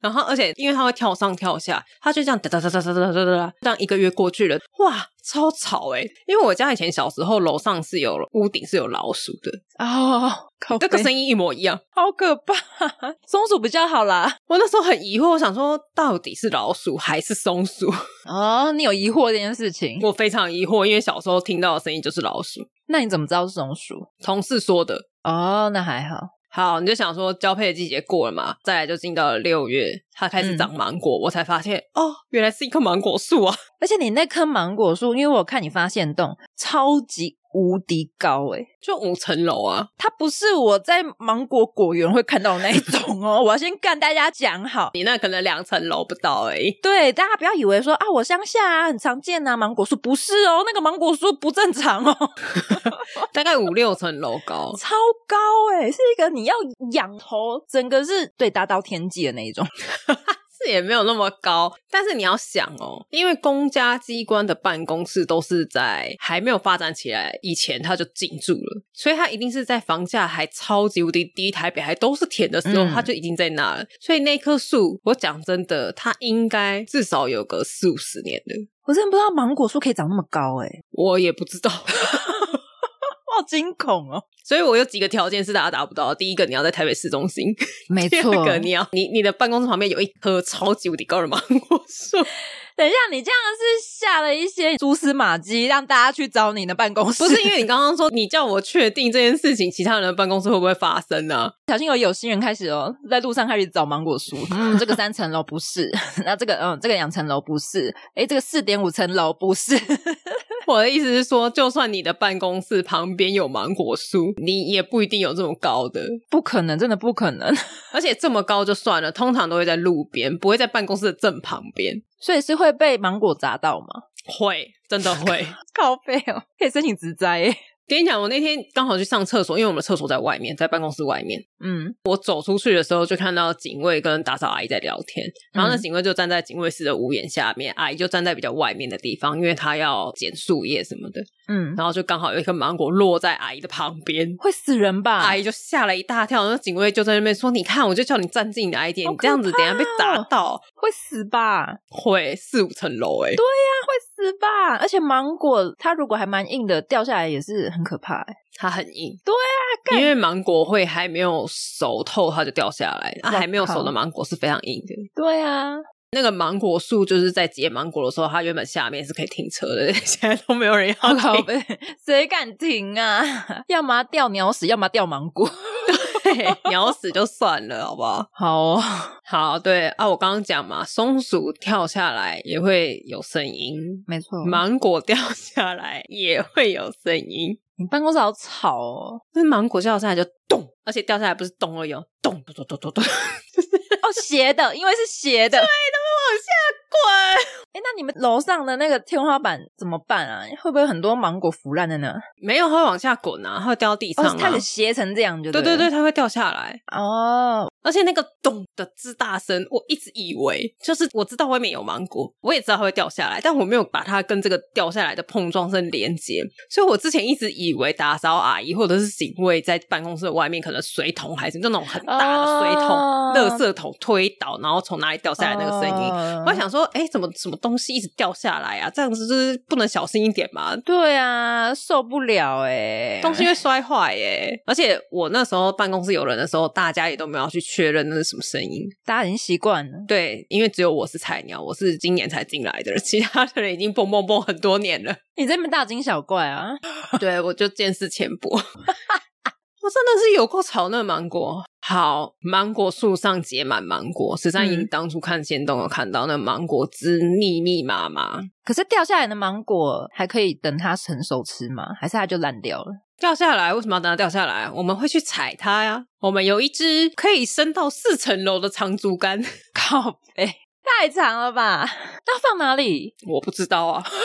Speaker 1: 然后，而且因为它会跳上跳下，它就这样哒哒哒哒哒哒哒哒，这样一个月过去了，哇，超吵哎、因为我家以前小时候楼上是有屋顶是有老鼠的，
Speaker 2: 哦，靠
Speaker 1: 这个
Speaker 2: 背
Speaker 1: 声音一模一样。
Speaker 2: 好可怕！松鼠比较好啦。
Speaker 1: 我那时候很疑惑，我想说到底是老鼠还是松鼠？
Speaker 2: 哦，你有疑惑这件事情，
Speaker 1: 我非常疑惑，因为小时候听到的声音就是老鼠，
Speaker 2: 那你怎么知道是松鼠？
Speaker 1: 同事说的。
Speaker 2: 哦，那还好。
Speaker 1: 好，你就想说交配的季节过了嘛，再来就进到了六月，它开始长芒果，我才发现哦，原来是一棵芒果树啊！
Speaker 2: 而且你那棵芒果树，因为我看你发现洞超级无敌高诶、
Speaker 1: 就五层楼啊，
Speaker 2: 它不是我在芒果果园会看到的那一种哦。 我要先跟大家讲好，
Speaker 1: 你那可能两层楼不到而已。
Speaker 2: 对大家不要以为说啊，我乡下啊很常见啊，芒果树不是哦，那个芒果树不正常哦， ，
Speaker 1: 大概五六层楼高
Speaker 2: 超高诶、是一个你要仰头，整个是对达到天际的那一种。
Speaker 1: 是也没有那么高。但是你要想哦，因为公家机关的办公室都是在还没有发展起来以前，它就进驻了，所以它一定是在房价还超级无敌低，台北还都是田的时候，
Speaker 2: 嗯
Speaker 1: 它就已经在那了。所以那棵树，我讲真的，它应该至少有个四五十年了，
Speaker 2: 我真的不知道芒果树可以长那么高欸诶、
Speaker 1: 我也不知道。
Speaker 2: 我好惊恐哦。
Speaker 1: 所以我有几个条件是大家达不到的。第一个，你要在台北市中心；
Speaker 2: 没
Speaker 1: 第
Speaker 2: 错，
Speaker 1: 二个，你要你你的办公室旁边有一棵超级无敌高的芒果树。
Speaker 2: 等一下，你这样是下了一些蛛丝马迹，让大家去找你的办公室，
Speaker 1: 不是因为你刚刚说你叫我确定这件事情，其他人的办公室会不会发生呢、
Speaker 2: 小心有有心人开始哦，在路上开始找芒果 树。嗯，这个三层楼不是，那这个嗯，这个两层楼不是，诶，这个四点五层楼不是。
Speaker 1: 我的意思是说，就算你的办公室旁边有芒果树，你也不一定有这么高的，
Speaker 2: 不可能，真的不可能，
Speaker 1: 而且这么高就算了，通常都会在路边，不会在办公室的正旁边。
Speaker 2: 所以是会被芒果砸到吗？
Speaker 1: 会，真的会。
Speaker 2: 靠背哦，可以申请植栽欸耶。
Speaker 1: 跟你讲，我那天刚好去上厕所，因为我们的厕所在外面，在办公室外面。
Speaker 2: 嗯，
Speaker 1: 我走出去的时候，就看到警卫跟打扫阿姨在聊天，然后那
Speaker 2: 嗯
Speaker 1: 警卫就站在警卫室的屋檐下面，阿姨就站在比较外面的地方，因为她要捡树叶什么的。
Speaker 2: 嗯，
Speaker 1: 然后就刚好有一颗芒果落在阿姨的旁边，
Speaker 2: 会死人吧？
Speaker 1: 阿姨就吓了一大跳。然后警卫就在那边说：“你看，我就叫你站近你的 i 点，
Speaker 2: 好
Speaker 1: 你这样子等一下被砸
Speaker 2: 可怕哦
Speaker 1: 到，
Speaker 2: 会死吧？
Speaker 1: 会四五层楼哎、欸。”
Speaker 2: 会死吧？而且芒果它如果还蛮硬的，掉下来也是很可怕耶。欸
Speaker 1: 它很硬，
Speaker 2: 对
Speaker 1: 啊，因为芒果会还没有熟透，它就掉下来。啊，
Speaker 2: 哇
Speaker 1: 还没有熟
Speaker 2: 靠
Speaker 1: 的芒果是非常硬的。
Speaker 2: 对啊，
Speaker 1: 那个芒果树就是在结芒果的时候，它原本下面是可以停车的， 现在都没有人要
Speaker 2: 好靠
Speaker 1: 停。
Speaker 2: 背，谁敢停啊？ 要么掉鸟屎，要么掉芒果。
Speaker 1: 对， 鸟死就算了，好不好？
Speaker 2: 好、哦，
Speaker 1: 好，对啊，我刚刚讲嘛，松鼠跳下来也会有声音，
Speaker 2: 没错
Speaker 1: 芒果掉下来也会有声音，
Speaker 2: 你办公室好吵哦，
Speaker 1: 那芒果掉下来就咚，而且掉下来不是咚而已哦，咚咚咚咚咚咚，
Speaker 2: 哦，斜的，因为是斜的。
Speaker 1: 滚！
Speaker 2: 哎，那你们楼上的那个天花板怎么办啊？会不会很多芒果腐烂的呢？
Speaker 1: 没有，它会往下滚啊，它会掉到地上啊
Speaker 2: 哦，，它给斜成这样就
Speaker 1: 对对对，
Speaker 2: 对了，
Speaker 1: 它会掉下来，
Speaker 2: 哦，
Speaker 1: 而且那个咚的之大声，我一直以为就是我知道外面有芒果，我也知道它会掉下来，但我没有把它跟这个掉下来的碰撞声连接，所以我之前一直以为打扫阿姨或者是警卫在办公室的外面可能水桶还是那种很大的水桶、
Speaker 2: 哦
Speaker 1: 垃圾桶推倒，然后从哪里掉下来那个声音。
Speaker 2: 哦
Speaker 1: 我还想说，哎、怎么什么东西一直掉下来啊？这样子就是不能小心一点嘛？
Speaker 2: 对啊，受不了哎，
Speaker 1: 东西会摔坏耶、而且我那时候办公室有人的时候，大家也都没有去确认那是什么声音。
Speaker 2: 大家已经习惯了。
Speaker 1: 对，因为只有我是菜鸟，我是今年才进来的人， 其他的人已经蹦蹦蹦很多年了。
Speaker 2: 你这边大惊小怪啊，
Speaker 1: 对，我就见识浅薄。 我真的是有够吵那芒果。好，芒果树上结满芒果。十三姨
Speaker 2: 嗯
Speaker 1: 当初看仙洞有看到那芒果汁密密麻麻，
Speaker 2: 可是掉下来的芒果还可以等它成熟吃吗？还是它就烂掉了？
Speaker 1: 掉下来，为什么要等它掉下来？我们会去采它呀。我们有一只可以升到四层楼的长竹竿，
Speaker 2: 靠背太长了吧？那放哪里？
Speaker 1: 我不知道啊。
Speaker 2: 什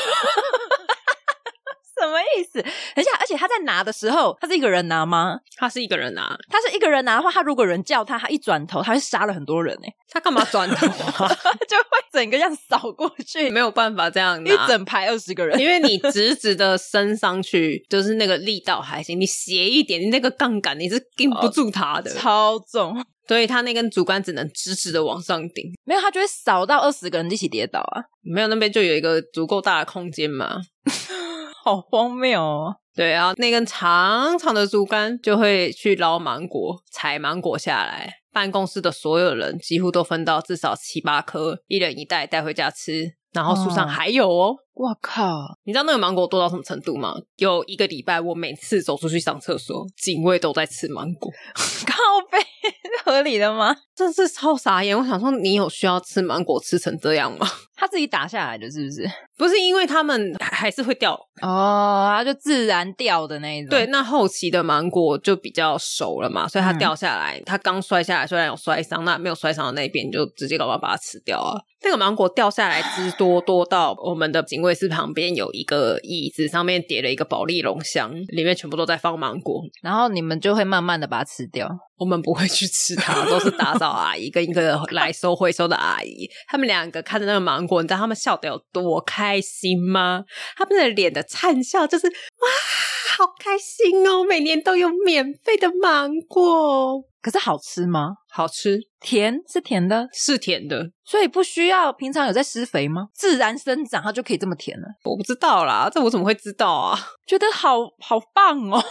Speaker 2: 什么意思？等一下，而且他在拿的时候，他是一个人拿吗？
Speaker 1: 他是一个人啊，
Speaker 2: 他是一个人拿的话，他如果有人叫他，他一转头，他会杀了很多人哎、
Speaker 1: 他干嘛转头啊？
Speaker 2: 就会整个这样扫过去，
Speaker 1: 没有办法这样拿
Speaker 2: 一整排二十个 人。
Speaker 1: 因为你直直的伸上去，就是那个力道还行，你斜一点，你那个杠杆你是顶不住它的，
Speaker 2: 哦超重，
Speaker 1: 所以它那根竹竿只能直直的往上顶，
Speaker 2: 没有他就会扫到二十个人一起跌倒啊，
Speaker 1: 没有那边就有一个足够大的空间嘛。
Speaker 2: 好荒谬哦！
Speaker 1: 对，然后那根长长的竹竿就会去捞芒果，采芒果下来。办公室的所有人几乎都分到至少七八颗，一人一袋带回家吃。然后树上
Speaker 2: 哦
Speaker 1: 还有哦
Speaker 2: 我靠，
Speaker 1: 你知道那个芒果多到什么程度吗？有一个礼拜，我每次走出去上厕所，警卫都在吃芒果，
Speaker 2: 靠背合理的吗？
Speaker 1: 真是超傻眼。我想说，你有需要吃芒果吃成这样吗？
Speaker 2: 他自己打下来的，是不是？
Speaker 1: 不是因为他们还还是会掉，
Speaker 2: 哦，他就自然掉的那一种。
Speaker 1: 对，，那后期的芒果就比较熟了嘛，所以它
Speaker 2: 啊嗯
Speaker 1: 掉下来，它刚摔下来虽然有摔伤，那没有摔伤的那一边你就直接搞把它把它吃掉啊。那个芒果掉下来之多，多到我们的警卫室旁边有一个椅子，上面叠了一个保利龙箱，里面全部都在放芒果，
Speaker 2: 然后你们就会慢慢的把它吃掉。
Speaker 1: 我们不会去吃它，都是打扫阿姨跟一个来收回收的阿姨，他们两个看着那个芒果，你知道他们笑得有多开心吗？他们的脸的灿笑就是哇，好开心哦！每年都有免费的芒果，
Speaker 2: 可是好吃吗？
Speaker 1: 好吃，
Speaker 2: 甜是甜的，
Speaker 1: 是甜的。
Speaker 2: 所以不需要平常有在施肥吗？自然生长，它就可以这么甜了。
Speaker 1: 我不知道啦，这我怎么会知道啊？
Speaker 2: 觉得好好棒 哦！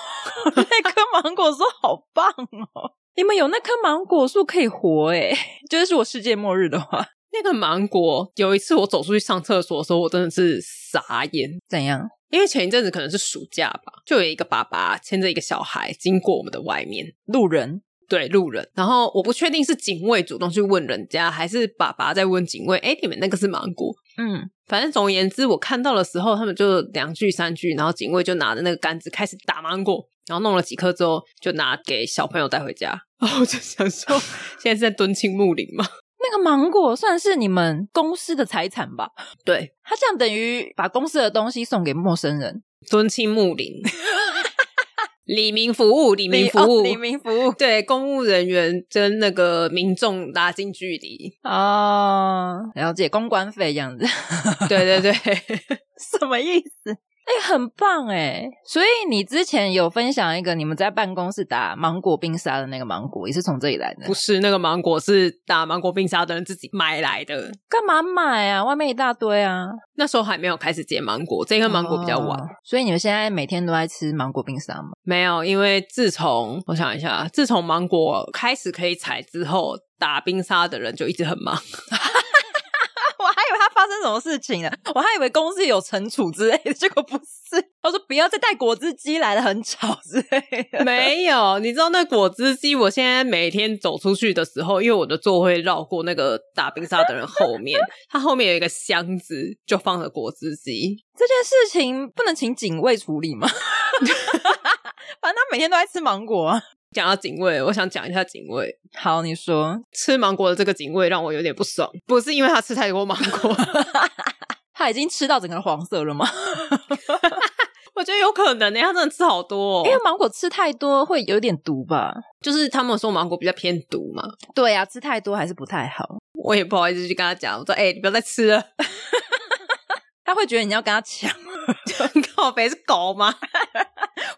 Speaker 2: 那棵芒果树好棒哦！你们有那棵芒果树可以活诶、就是如果世界末日的话，
Speaker 1: 那个芒果，有一次我走出去上厕所的时候，我真的是傻眼，
Speaker 2: 怎样？
Speaker 1: 因为前一阵子可能是暑假吧，就有一个爸爸牵着一个小孩经过我们的外面，
Speaker 2: 路人
Speaker 1: 对路人，然后我不确定是警卫主动去问人家，还是爸爸在问警卫，哎，你们那个是芒果。
Speaker 2: 嗯，
Speaker 1: 反正总而言之，我看到的时候，他们就两句三句，然后警卫就拿着那个杆子开始打芒果，然后弄了几颗之后，就拿给小朋友带回家。 然后我就想说，现在是在敦亲睦邻嘛？
Speaker 2: 那个芒果算是你们公司的财产吧？
Speaker 1: 对，
Speaker 2: 它这样等于把公司的东西送给陌生人，
Speaker 1: 敦亲睦邻，李明服务，李明服
Speaker 2: 哦
Speaker 1: 务，
Speaker 2: 黎明服务
Speaker 1: 对公务人员跟那个民众拉近距离。
Speaker 2: 哦，了解公关费这样子，
Speaker 1: 对对对。
Speaker 2: 什么意思？哎、很棒哎！所以你之前有分享一个你们在办公室打芒果冰沙的那个芒果，也是从这里来的
Speaker 1: 不？是那个芒果是打芒果冰沙的人自己买来的。
Speaker 2: 干嘛买啊？外面一大堆啊！
Speaker 1: 那时候还没有开始结芒果，这颗芒果比较晚。
Speaker 2: 哦所以你们现在每天都在吃芒果冰沙吗？
Speaker 1: 没有，因为自从我想一下，自从芒果开始可以采之后，打冰沙的人就一直很忙。
Speaker 2: 我还以为他发生什么事情了，我还以为公司有惩处之类的，结果不是。他说不要再带果汁机来了，很吵之类的。
Speaker 1: 没有，你知道那果汁机，我现在每天走出去的时候，因为我的座位绕过那个打冰沙的人后面，他后面有一个箱子，就放着果汁机。
Speaker 2: 这件事情不能请警卫处理吗？ 反正他每天都在吃芒果啊。
Speaker 1: 讲到警卫，我想讲一下警卫。
Speaker 2: 好，你说
Speaker 1: 吃芒果的这个警卫让我有点不爽，不是因为他吃太多芒果，
Speaker 2: 他已经吃到整个黄色了吗？
Speaker 1: 我觉得有可能呢、欸他真的吃好多、哦，
Speaker 2: 因为芒果吃太多会有点毒吧？
Speaker 1: 就是他们说芒果比较偏毒嘛，
Speaker 2: 对啊，吃太多还是不太好。
Speaker 1: 我也不好意思去跟他讲，我说哎、你不要再吃了，
Speaker 2: 他会觉得你要跟他抢
Speaker 1: 靠北是狗吗？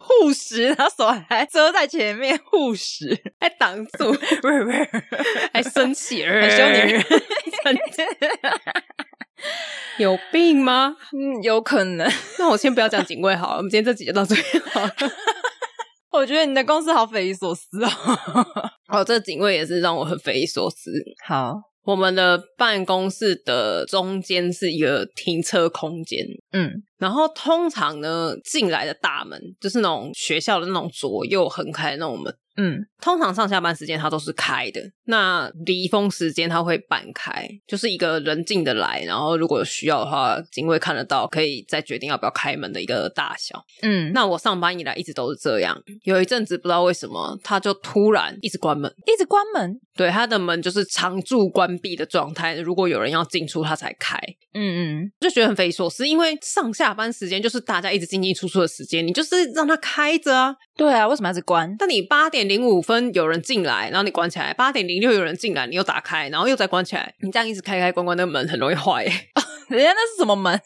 Speaker 2: 护食，他手还遮在前面护食。
Speaker 1: 还挡住，
Speaker 2: 不是不是，
Speaker 1: 还生气，哎
Speaker 2: 很凶你人
Speaker 1: 有病吗？
Speaker 2: 嗯，有可能。
Speaker 1: 那我先不要讲警卫好了，我们今天这集就到这边好了。
Speaker 2: 我觉得你的公司好匪夷所思哦。
Speaker 1: 哦，这个警卫也是让我很匪夷所思。
Speaker 2: 好，
Speaker 1: 我们的办公室的中间是一个停车空间，
Speaker 2: 嗯，
Speaker 1: 然后通常呢，进来的大门就是那种学校的那种左右横开的那种门，
Speaker 2: 嗯，
Speaker 1: 通常上下班时间它都是开的。那离峰时间它会半开，就是一个人进得来，然后如果有需要的话，警卫看得到，可以再决定要不要开门的一个大小。
Speaker 2: 嗯，那
Speaker 1: 那我上班以来一直都是这样，有一阵子不知道为什么，它就突然一直关门。
Speaker 2: 一直关门，
Speaker 1: 对，它的门就是常驻关闭的状态，如果有人要进出，它才开。
Speaker 2: 嗯嗯，
Speaker 1: 就觉得很匪夷所思，因为上下下班时间就是大家一直进进出出的时间，你就是让它开着啊。
Speaker 2: 对啊，为什么要是关？
Speaker 1: 但你八点零五分有人进来，然后你关起来；八点零六有人进来，你又打开，然后又再关起来。你这样一直开开关关，那个门很容易坏、 欸
Speaker 3: 人家那是什么 门？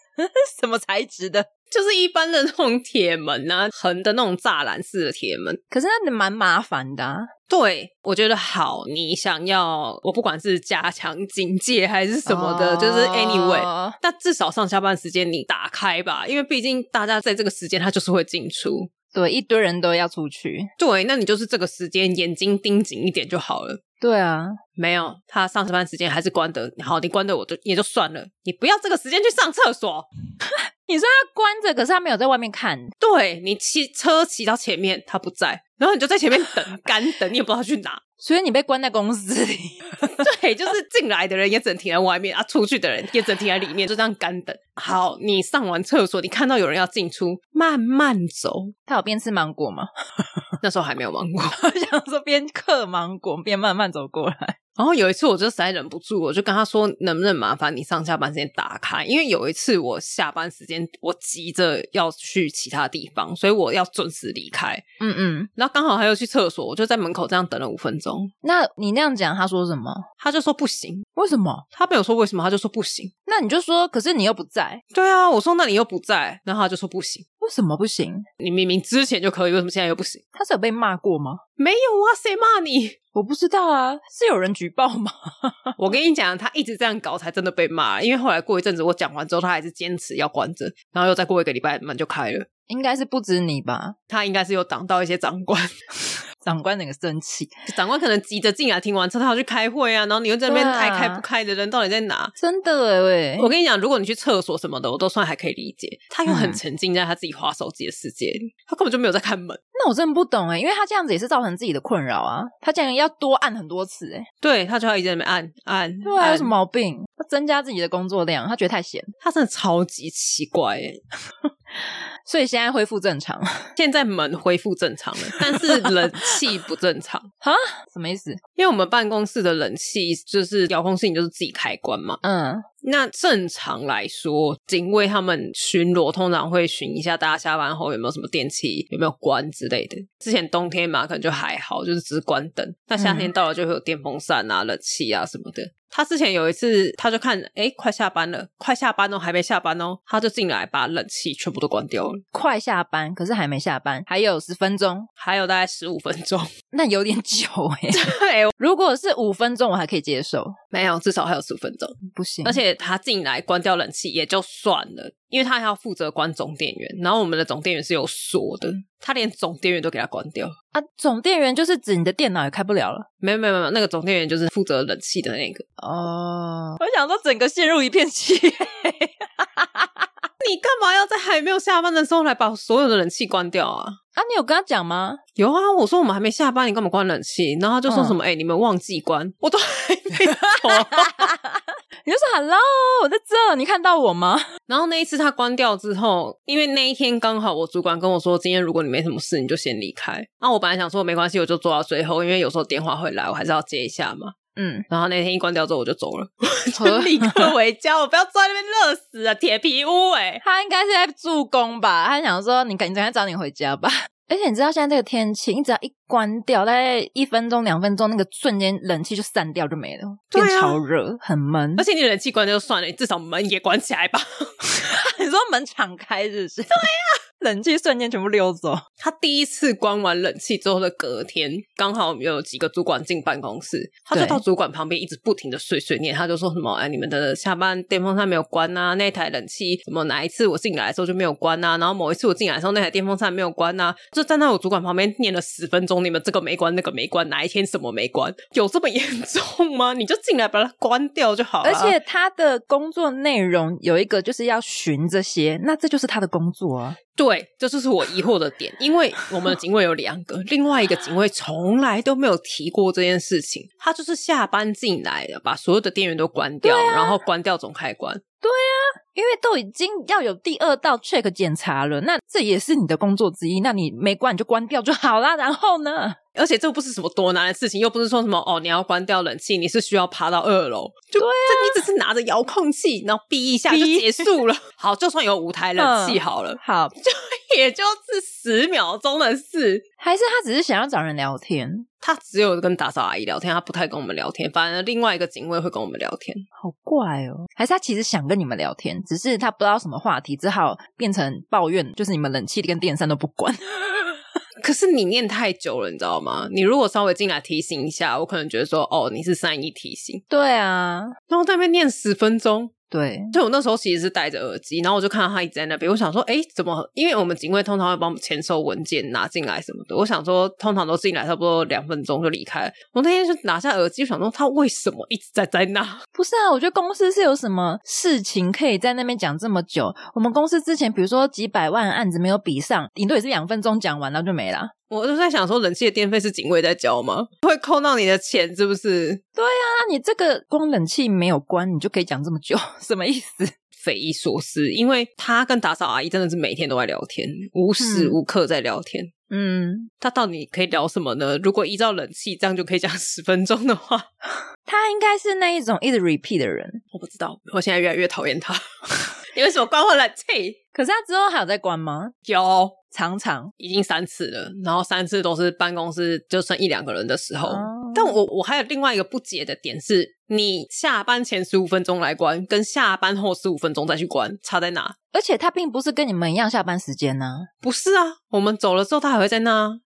Speaker 3: 什么材质的？
Speaker 1: 就是一般的那种铁门啊，横的那种栅栏式的铁门。
Speaker 3: 可是那蛮麻烦的、啊。
Speaker 1: 对，我觉得好。你想要，我不管是加强警戒还是什么的，就是 anyway，
Speaker 3: 哦
Speaker 1: 但至少上下班时间你打开吧，因为毕竟大家在这个时间他就是会进出。
Speaker 2: 对，一堆人都要出去。
Speaker 1: 对，那你就是这个时间眼睛盯紧一点就好了。
Speaker 2: 对啊，
Speaker 1: 没有，他上下班时间还是关的。好，你关的我就也就算了，你不要这个时间去上厕所。
Speaker 2: 你说他关着，可是他没有在外面看，
Speaker 1: 对你骑车骑到前面，他不在，然后你就在前面等干等，你也不知道他去哪。
Speaker 2: 所以你被关在公司里。
Speaker 1: 对，就是进来的人也只能停在外面啊，出去的人也只能停在里面，就这样干等。好，你上完厕所，你看到有人要进出，慢慢走。
Speaker 2: 他有边吃芒果吗？
Speaker 1: 那时候还没有芒果。
Speaker 3: 我想说边嗑芒果边慢慢走过来。
Speaker 1: 然后有一次我就实在忍不住，我就跟他说：“能不能麻烦你上下班时间打开？”因为有一次我下班时间我急着要去其他地方，所以我要准时离开。
Speaker 2: 嗯嗯。
Speaker 1: 然后刚好他又去厕所，我就在门口这样等了五分钟。
Speaker 2: 那你那样讲，他说什么？
Speaker 1: 他就说不行，
Speaker 2: 为什么？
Speaker 1: 他没有说为什么，他就说不行。
Speaker 2: 那你就说，可是你又不在，
Speaker 1: 对啊，我说那你又不在，然后他就说不行。
Speaker 2: 为什么不行？
Speaker 1: 你明明之前就可以，为什么现在又不行？
Speaker 2: 他是有被骂过吗？
Speaker 1: 没有啊，谁骂你？
Speaker 2: 我不知道啊，是有人举报吗？
Speaker 1: 我跟你讲，他一直这样搞，才真的被骂。因为后来过一阵子，我讲完之后，他还是坚持要关着，然后又再过一个礼拜，门就开了。
Speaker 2: 应该是不止你吧？
Speaker 1: 他应该是有挡到一些长官，
Speaker 3: 长官那个生气，
Speaker 1: 长官可能急着进来停完车，他要去开会啊，然后你又在那边
Speaker 2: 对啊
Speaker 1: 爱开不开的人到底在哪？
Speaker 2: 真的哎，
Speaker 1: 我跟你讲，如果你去厕所什么的，我都算还可以理解。他又很
Speaker 2: 嗯
Speaker 1: 沉浸在他自己划手机的世界里，他根本就没有在看门。
Speaker 2: 那我真的不懂哎，因为他这样子也是造成自己的困扰啊。他竟然要多按很多次哎，
Speaker 1: 对他就要一直在那边按按，
Speaker 2: 对啊，
Speaker 1: 按
Speaker 2: 有什么？毛病？他增加自己的工作量，他觉得太闲，
Speaker 1: 他真的超级奇怪耶！
Speaker 2: 所以现在恢复正常
Speaker 1: 现在门恢复正常了，但是冷气不正常，
Speaker 2: 哈，什么意思？
Speaker 1: 因为我们办公室的冷气就是遥控器，你就是自己开关嘛。
Speaker 2: 嗯，
Speaker 1: 那正常来说，警卫他们巡逻通常会巡一下大家下班后有没有什么电器有没有关之类的。之前冬天嘛，可能就还好，就是只是关灯。那夏天到了就会有电风扇啊、冷气啊什么的。他之前有一次，他就看，哎、快下班了，快下班哦，还没下班哦，他就进来把冷气全部都关掉了，
Speaker 2: 快下班，可是还没下班，还有十分钟，
Speaker 1: 还有大概十五分钟，
Speaker 2: 那有点久哎。
Speaker 1: 对，
Speaker 2: 如果是五分钟，我还可以接受，
Speaker 1: 没有，至少还有十五分钟。
Speaker 2: 不行，
Speaker 1: 而且他进来关掉冷气也就算了，因为他还要负责关总电源，然后我们的总电源是有锁的，他连总电源都给他关掉。
Speaker 2: 啊，总电源就是指你的电脑也开不了了。
Speaker 1: 没有没有没有，那个总电源就是负责冷气的那个。
Speaker 2: 哦，
Speaker 3: 我想说整个陷入一片漆黑。
Speaker 1: 你干嘛要在还没有下班的时候来把所有的冷气关掉啊？
Speaker 2: 啊，你有跟他讲吗？
Speaker 1: 有啊，我说我们还没下班，你干嘛关冷气？然后他就说什么：“哎、你们忘记关，我都还没走。
Speaker 2: 你就说 “hello”，我在这，你看到我吗？”
Speaker 1: 然后那一次他关掉之后，因为那一天刚好我主管跟我说，今天如果你没什么事，你就先离开。那、我本来想说没关系，我就做到最后，因为有时候电话会来，我还是要接一下嘛。
Speaker 2: 嗯，
Speaker 1: 然后那天一关掉之后，我就走了，
Speaker 2: 合
Speaker 1: 就立刻回家。我不要坐在那边热死啊，铁皮屋哎、
Speaker 2: 他应该是在助攻吧？他想说你赶紧赶快早点回家吧。而且你知道现在这个天气，你只要一关掉，大概一分钟、两分钟，那个瞬间冷气就散掉就没了，
Speaker 1: 对啊
Speaker 2: 变超热，很闷
Speaker 1: 而。且你冷气关掉就算了，你至少门也关起来吧。
Speaker 3: 你说门敞开是不是？对呀、
Speaker 2: 啊
Speaker 3: 冷气瞬间全部溜走。
Speaker 1: 他第一次关完冷气之后的隔天，刚好有几个主管进办公室，他就
Speaker 2: 对
Speaker 1: 到主管旁边一直不停的碎碎念，他就说什么：“哎，你们的下班电风扇没有关啊，那台冷气什么哪一次我进来的时候就没有关啊，然后某一次我进来的时候那台电风扇没有关啊，就站在我主管旁边念了十分钟，你们这个没关那个没关，哪一天什么没关，有这么严重吗？你就进来把它关掉就好了。”
Speaker 2: 而且他的工作内容有一个就是要巡这些，那这就是他的工作啊。
Speaker 1: 对，这就是我疑惑的点，因为我们的警卫有两个，另外一个警卫从来都没有提过这件事情，他就是下班进来的，把所有的电源都关掉，然后关掉总开关。
Speaker 2: 因为都已经要有第二道 check 检查了，那这也是你的工作之一，那你没关你就关掉就好啦。然后呢？
Speaker 1: 而且这不是什么多难的事情，又不是说什么哦，你要关掉冷气，你是需要爬到二楼，
Speaker 2: 啊
Speaker 1: 就对、这你只是拿着遥控器，然后逼一下就
Speaker 3: 逼
Speaker 1: 结束了。好，就算有五台冷气好了，
Speaker 3: 好，
Speaker 1: 也就是十秒钟的事。
Speaker 2: 还是他只是想要找人聊天，
Speaker 1: 他只有跟打扫阿姨聊天，他不太跟我们聊天。反而另外一个警卫会跟我们聊天。
Speaker 2: 好怪哦。还是他其实想跟你们聊天，只是他不知道什么话题，只好变成抱怨，就是你们冷气跟电扇都不管。
Speaker 1: 可是你念太久了，你知道吗？你如果稍微进来提醒一下，我可能觉得说，哦，你是善意提醒。
Speaker 2: 对啊，
Speaker 1: 然后在那边念十分钟，
Speaker 2: 对，
Speaker 1: 所以我那时候其实是戴着耳机，然后我就看到他一直在那边，我想说，哎，怎么？因为我们警卫通常会帮我们签收文件拿进来什么的，我想说，通常都进来差不多两分钟就离开了。我那天就拿下耳机，我想说他为什么一直在在那？
Speaker 2: 不是啊，我觉得公司是有什么事情可以在那边讲这么久。我们公司之前比如说几百万案子没有比上，顶多也是两分钟讲完，然后就没了。啊
Speaker 1: 我就在想说，冷气的电费是警卫在交吗？会扣到你的钱是不是？
Speaker 2: 那你这个光冷气没有关，你就可以讲这么久， 什么意思？
Speaker 1: 匪夷所思，因为他跟打扫阿姨真的是每天都在聊天，无时
Speaker 2: 嗯
Speaker 1: 无刻在聊天。
Speaker 2: 嗯，
Speaker 1: 他到底可以聊什么呢？如果依照冷气这样就可以讲十分钟的话，
Speaker 2: 他应该是那一种一直 repeat 的人，
Speaker 1: 我不知道。我现在越来越讨厌他。 你为什么关我冷气？
Speaker 2: 可是他之后还有在关吗？
Speaker 1: 有，
Speaker 2: 常常
Speaker 1: 已经三次了，然后三次都是办公室就剩一两个人的时候。
Speaker 2: 哦
Speaker 1: 但我我还有另外一个不解的点是，你下班前十五分钟来关，跟下班后十五分钟再去关，差在哪？
Speaker 2: 而且他并不是跟你们一样下班时间呢、
Speaker 1: 不是啊，我们走了之后他还会在那啊。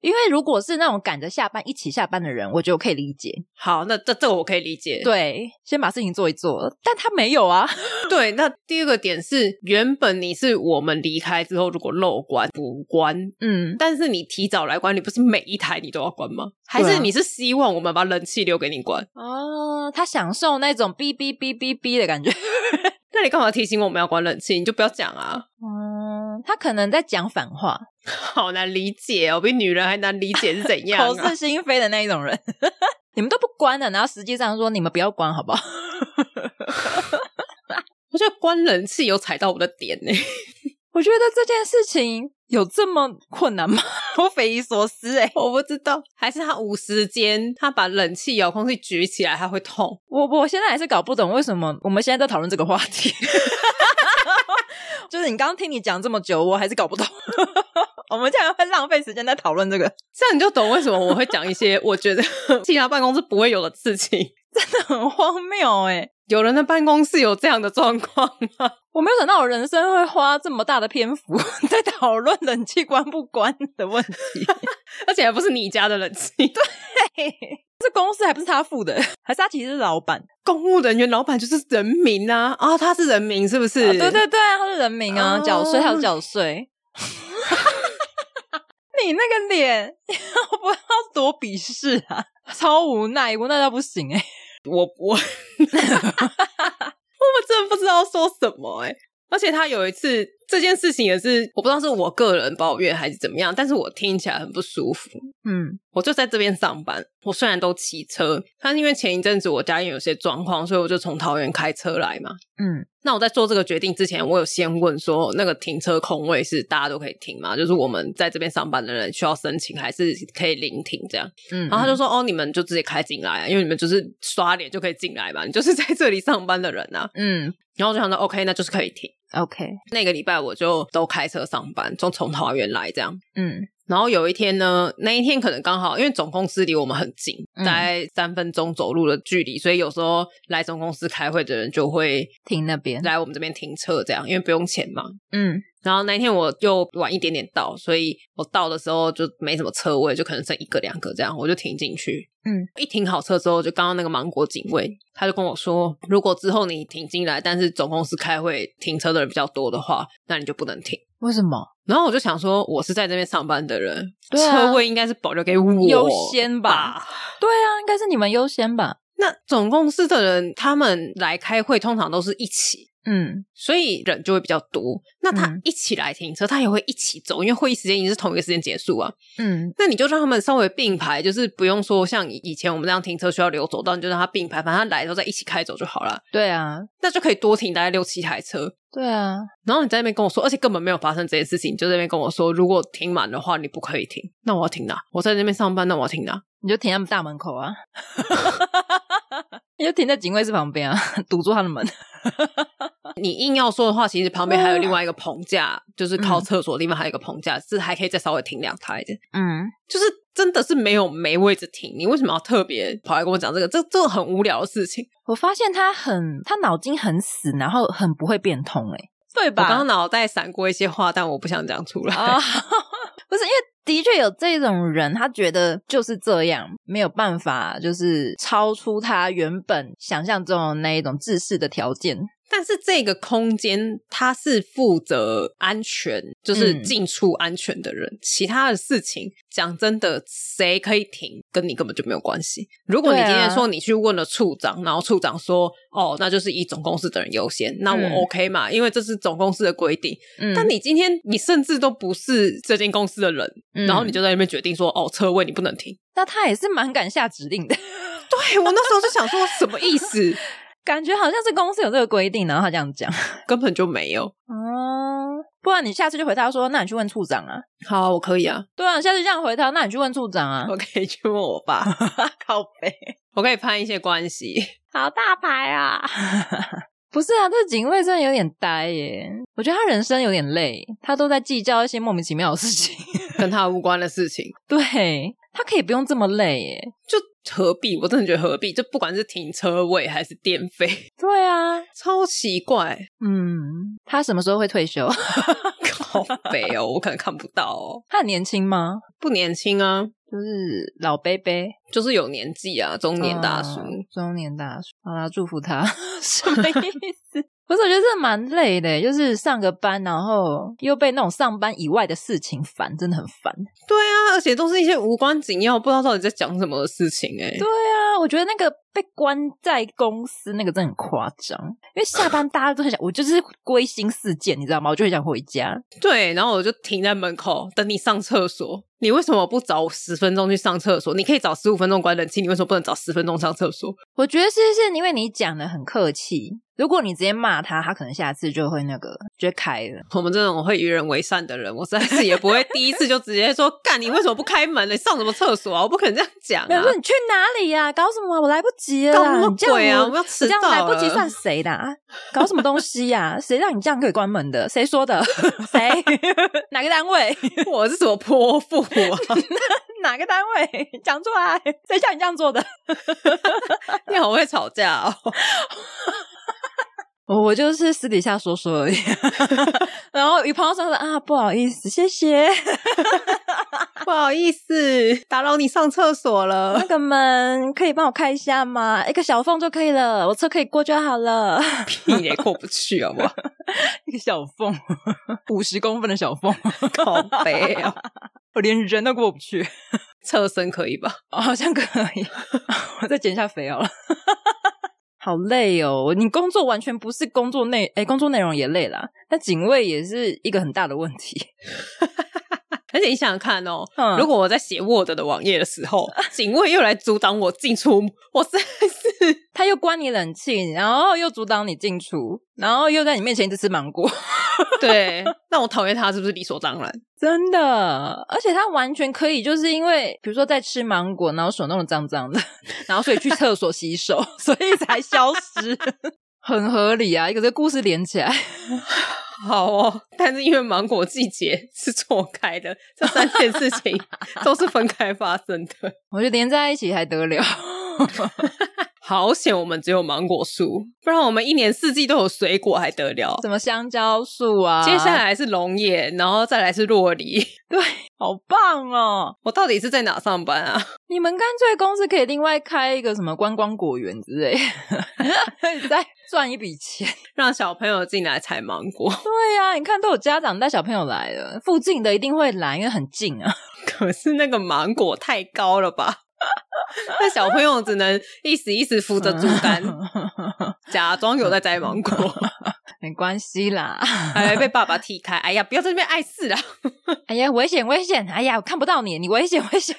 Speaker 2: 因为如果是那种赶着下班一起下班的人，我觉得我可以理解。
Speaker 1: 好，那这这个我可以理解。
Speaker 2: 对，啊先把事情做一做，但他没有啊。
Speaker 1: 对，那第二个点是，原本你是我们离开之后，如果漏关补关，
Speaker 2: 嗯，
Speaker 1: 但是你提早来关，你不是每一台你都要关吗？还
Speaker 2: 啊
Speaker 1: 是你是希望我们把冷气留给你关？
Speaker 2: 哦，他享受那种哔哔哔哔哔的 感觉。
Speaker 1: 那你干嘛提醒我们要关冷气？你就不要讲啊，
Speaker 2: 嗯，他可能在讲反话，
Speaker 1: 好难理解哦，比女人还难理解是怎样、
Speaker 2: 口
Speaker 1: 啊
Speaker 2: 是？心非的那一种人。 你们都不关的，然后实际上说你们不要关，好不好？
Speaker 1: 我觉得关冷气有踩到我的点呢、
Speaker 2: 我觉得这件事情有这么困难吗？ 我匪夷所思哎、
Speaker 1: 我不知道，还是他无时间，他把冷气遥控器举起来，他会痛。
Speaker 2: 我我现在还是搞不懂为什么我们现在在讨论这个话题。 就是你刚刚听你讲这么久，我还是搞不懂。 我们竟然会浪费时间在讨论这个，
Speaker 1: 这样你就懂为什么我会讲一些 我觉得其他办公室不会有的事情。
Speaker 2: 很荒谬哎、
Speaker 1: 有人的办公室有这样的状况 吗？
Speaker 2: 我没有想到我人生会花这么大的篇幅 在讨论冷气关不关的问题，
Speaker 1: 而且还不是你家的冷 气，
Speaker 2: 这公司还不是他付的，还是他其实是老板？
Speaker 1: 公务人员老板就是人民啊！啊，他是人民是不是？
Speaker 2: 啊对对对啊，他是人民啊，
Speaker 1: 哦
Speaker 2: 缴税他是缴税。你那个脸， 我不知道多鄙视啊，超无奈，无奈到不行哎、
Speaker 1: 我我 我们真的不知道说什么哎、而且他有一次这件事情也是，我不知道是我个人抱怨还是怎么样，但是我听起来很不舒服。
Speaker 2: 嗯，
Speaker 1: 我就在这边上班，我虽然都骑车，但是因为前一阵子我家里有些状况，所以我就从桃园开车来嘛。
Speaker 2: 嗯，
Speaker 1: 那我在做这个决定之前，我有先问说，那个停车空位是大家都可以停吗？就是我们在这边上班的人需要申请，还是可以临停这样？
Speaker 2: 嗯
Speaker 1: 然后他就说：“哦，你们就直接开进来、啊，因为你们就是刷脸就可以进来嘛，你就是在这里上班的人啊。
Speaker 2: 嗯”
Speaker 1: 然后我就想说：“OK，那就是可以停。
Speaker 2: ，OK，”
Speaker 1: 那个礼拜我就都开车上班，就从桃园来这样。
Speaker 2: 嗯
Speaker 1: 然后有一天呢，那一天可能刚好因为总公司离我们很近，
Speaker 2: 嗯
Speaker 1: 大概三分钟走路的距离，所以有时候来总公司开会的人就会
Speaker 2: 停那边
Speaker 1: 来我们这边停车，这样因为不用钱嘛。
Speaker 2: 嗯
Speaker 1: 然后那一天我又晚一点点到，所以我到的时候就没什么车位，就可能剩一个两个这样，我就停进去。
Speaker 2: 嗯，
Speaker 1: 一停好车之后，就刚刚那个芒果警卫他就跟我说，如果之后你停进来，但是总公司开会停车的人比较多的话，那你就不能停。
Speaker 2: 为什么？
Speaker 1: 然后我就想说，我是在这边上班的人，
Speaker 2: 对啊
Speaker 1: 车位应该是保留给我
Speaker 2: 优先吧
Speaker 1: 吧。
Speaker 2: 对啊，应该是你们优先吧？
Speaker 1: 那总公司的人，他们来开会通常都是一起，
Speaker 2: 嗯，
Speaker 1: 所以人就会比较多。那他
Speaker 2: 嗯
Speaker 1: 一起来停车，他也会一起走，因为会议时间已经是同一个时间结束啊。
Speaker 2: 嗯，
Speaker 1: 那你就让他们稍微并排，就是不用说像以以前我们这样停车需要留走道，你就让他并排，反正他来的时候再一起开走就好了。
Speaker 2: 对啊，
Speaker 1: 那就可以多停大概六七台车。
Speaker 2: 对啊，
Speaker 1: 然后你在那边跟我说，而且根本没有发生这件事情，你就在那边跟我说，如果停满的话，你不可以停。那我要停哪？我在那边上班，那我要停哪？
Speaker 2: 你就停他们大门口啊， 你就停在警卫室旁边啊，堵住他的门。
Speaker 1: 你硬要说的话，其实旁边还有另外一个棚架，就是靠厕所的地方还有一个棚架，是还可以再稍微停两台的。
Speaker 2: 嗯，
Speaker 1: 就是真的是没有没位置停，你为什么要特别跑来跟我讲这个？这这很无聊的事情。
Speaker 2: 我发现他很，他脑筋很死，然后很不会变通、欸，
Speaker 3: 对
Speaker 1: 我
Speaker 3: 吧？
Speaker 1: 刚 刚脑袋闪过一些话，但我不想讲出来。
Speaker 2: 哦
Speaker 3: 啊，
Speaker 2: 不是因为的确有这种人，他觉得就是这样，没有办法，就是超出他原本想象中的那一种制式的条件。
Speaker 1: 但是这个空间它是负责安全，就是
Speaker 2: 嗯
Speaker 1: 进出安全的人，其他的事情讲真的，谁可以停跟你根本就没有关系。如果你
Speaker 2: 对啊
Speaker 1: 今天说你去问了处长，然后处长说哦，那就是以总公司的人优先，那
Speaker 2: 嗯
Speaker 1: 我 OK 嘛，因为这是总公司的规定。
Speaker 2: 嗯
Speaker 1: 但你今天你甚至都不是这间公司的人，
Speaker 2: 嗯
Speaker 1: 然后你就在那边决定说哦，车位你不能停。
Speaker 2: 那他也是蛮敢下指令的，
Speaker 1: 对我那时候就想说什么意思，
Speaker 2: 感觉好像是公司有这个规定，然后他这样讲。
Speaker 1: 根本就没有。
Speaker 2: 哦，不然你下次就回他说，那你去问处长啊。
Speaker 1: 好啊，我可以啊，
Speaker 2: 对啊，你下次这样回他，那你去问处长啊。
Speaker 1: 我可以去问我 爸。
Speaker 3: 靠背，
Speaker 1: 我可以攀一些关系。
Speaker 3: 好大牌啊！
Speaker 2: 不是啊，这警卫真的有点呆耶。我觉得他人生有点累，他都在计较一些莫名其妙的事情。
Speaker 1: 跟他无关的事情，
Speaker 2: 对他可以不用这么累耶。
Speaker 1: 就何必？我真的觉得何必？就不管是停车位还是电费，
Speaker 2: 对啊，
Speaker 1: 超奇怪，
Speaker 2: 嗯，他什么时候会退休？
Speaker 1: 好肥哦！我可能看不到哦，
Speaker 2: 他很年轻吗？
Speaker 1: 不年轻啊，
Speaker 2: 就是老贝贝，
Speaker 1: 就是有年纪啊，中年大叔。
Speaker 2: 嗯中年大叔。好啦，祝福他。 什么意 思？不是，我觉得这蛮累的，就是上个班，然后又被那种上班以外的事情烦，真的很烦。
Speaker 1: 对啊，而且都是一些无关紧要，不知道到底在讲什么的事情哎、
Speaker 2: 对啊，我觉得那个被关在公司那个真的很夸张，因为下班大家都很想，我就是归心似箭，你知道吗？我就很想回家。
Speaker 1: 对，然后我就停在门口等你上厕所。你为什么不早十分钟去上厕所？你可以早十五分钟关冷气，你为什么不能早十分钟上厕所？
Speaker 2: 我觉得是是因为你讲的很客气，如果你直接骂他，他可能下次就会那个就会开了。
Speaker 1: 我们这种会与人为善的人，我实在是也不会第一次就直接说干你为什么不开门呢？你上什么厕所啊？我不可能这样讲
Speaker 2: 没有
Speaker 1: 啊！
Speaker 2: 说你去哪里呀、搞什么啊、我来不及了
Speaker 1: 搞
Speaker 2: 啦！
Speaker 1: 什么
Speaker 2: 你这样
Speaker 1: 鬼啊
Speaker 2: 我
Speaker 1: 我要迟
Speaker 2: 你这
Speaker 1: 到
Speaker 2: 样来不及
Speaker 1: 了
Speaker 2: 算谁的、啊？搞什么东西呀、 谁让你这样可以关门的？谁说 的？谁？哪个单位？
Speaker 1: 我是什么泼妇啊？
Speaker 2: 哪个单位？讲出来！谁叫你这样做的？
Speaker 1: 你好会吵架哦！
Speaker 2: 我就是私底下说说而已， 然后一碰到上说啊，不好意思，谢谢
Speaker 1: 不好意思，打扰你上厕所
Speaker 2: 那
Speaker 1: 了。
Speaker 2: 个门，可以帮我开一下吗？一个小缝就可以了，我车可以过就好 了。
Speaker 1: 屁也过不去好不 好？
Speaker 3: 一个小缝，五十公分的小缝，
Speaker 1: 好悲啊！
Speaker 3: 我连人都过不去。
Speaker 1: 侧身可以吧？
Speaker 3: 哦，好像可 以，我再减一下肥好了。
Speaker 2: 好累哦！你工作完全不是工作内，哎，工作内容也累啦。那警卫也是一个很大的问题。
Speaker 1: 而且你想想看哦，
Speaker 2: 嗯
Speaker 1: 如果我在写 Word 的网页的时 候，警卫又来阻挡我进出，我实在是
Speaker 2: 他又关你冷气，然后又阻挡你进出，然后又在你面前一直吃芒果，
Speaker 1: 对，那我讨厌他是不是理所当然？
Speaker 2: 真的。而且他完全可以，就是因为比如说在吃芒果，然后手弄得脏脏的， 然后所以去厕所洗手，所以才消失， 很合理啊。一个这故事连起来，
Speaker 1: 好哦，但是因为芒果季节是错开的，这三件事 情都是分开发生的。
Speaker 2: 我觉得连在一起还得了。
Speaker 1: 好险，我们只有芒果树，不然我们一年四季都有水果，还得了？
Speaker 2: 什么香蕉树啊？
Speaker 1: 接下来是龙眼，然后再来是洛梨。
Speaker 2: 好棒哦！
Speaker 1: 我到底是在哪上班啊？
Speaker 2: 你们干脆公司可以另外开一个什么观光果园之类， 再赚一笔钱。
Speaker 1: 让小朋友进来采芒果，
Speaker 2: 对呀、你看都有家长带小朋友来了，附近的一定会来，因为很近啊。
Speaker 1: 可是那个芒果太高了吧？那小朋友
Speaker 2: 嗯
Speaker 1: 只能一时一时扶着竹竿，假装有在摘芒果。
Speaker 2: 没关系啦。
Speaker 1: 哎，被爸爸踢开，哎呀，不要在那边碍事啦。
Speaker 2: 哎呀，危险危险！哎呀，我看不到你，你危险危 险。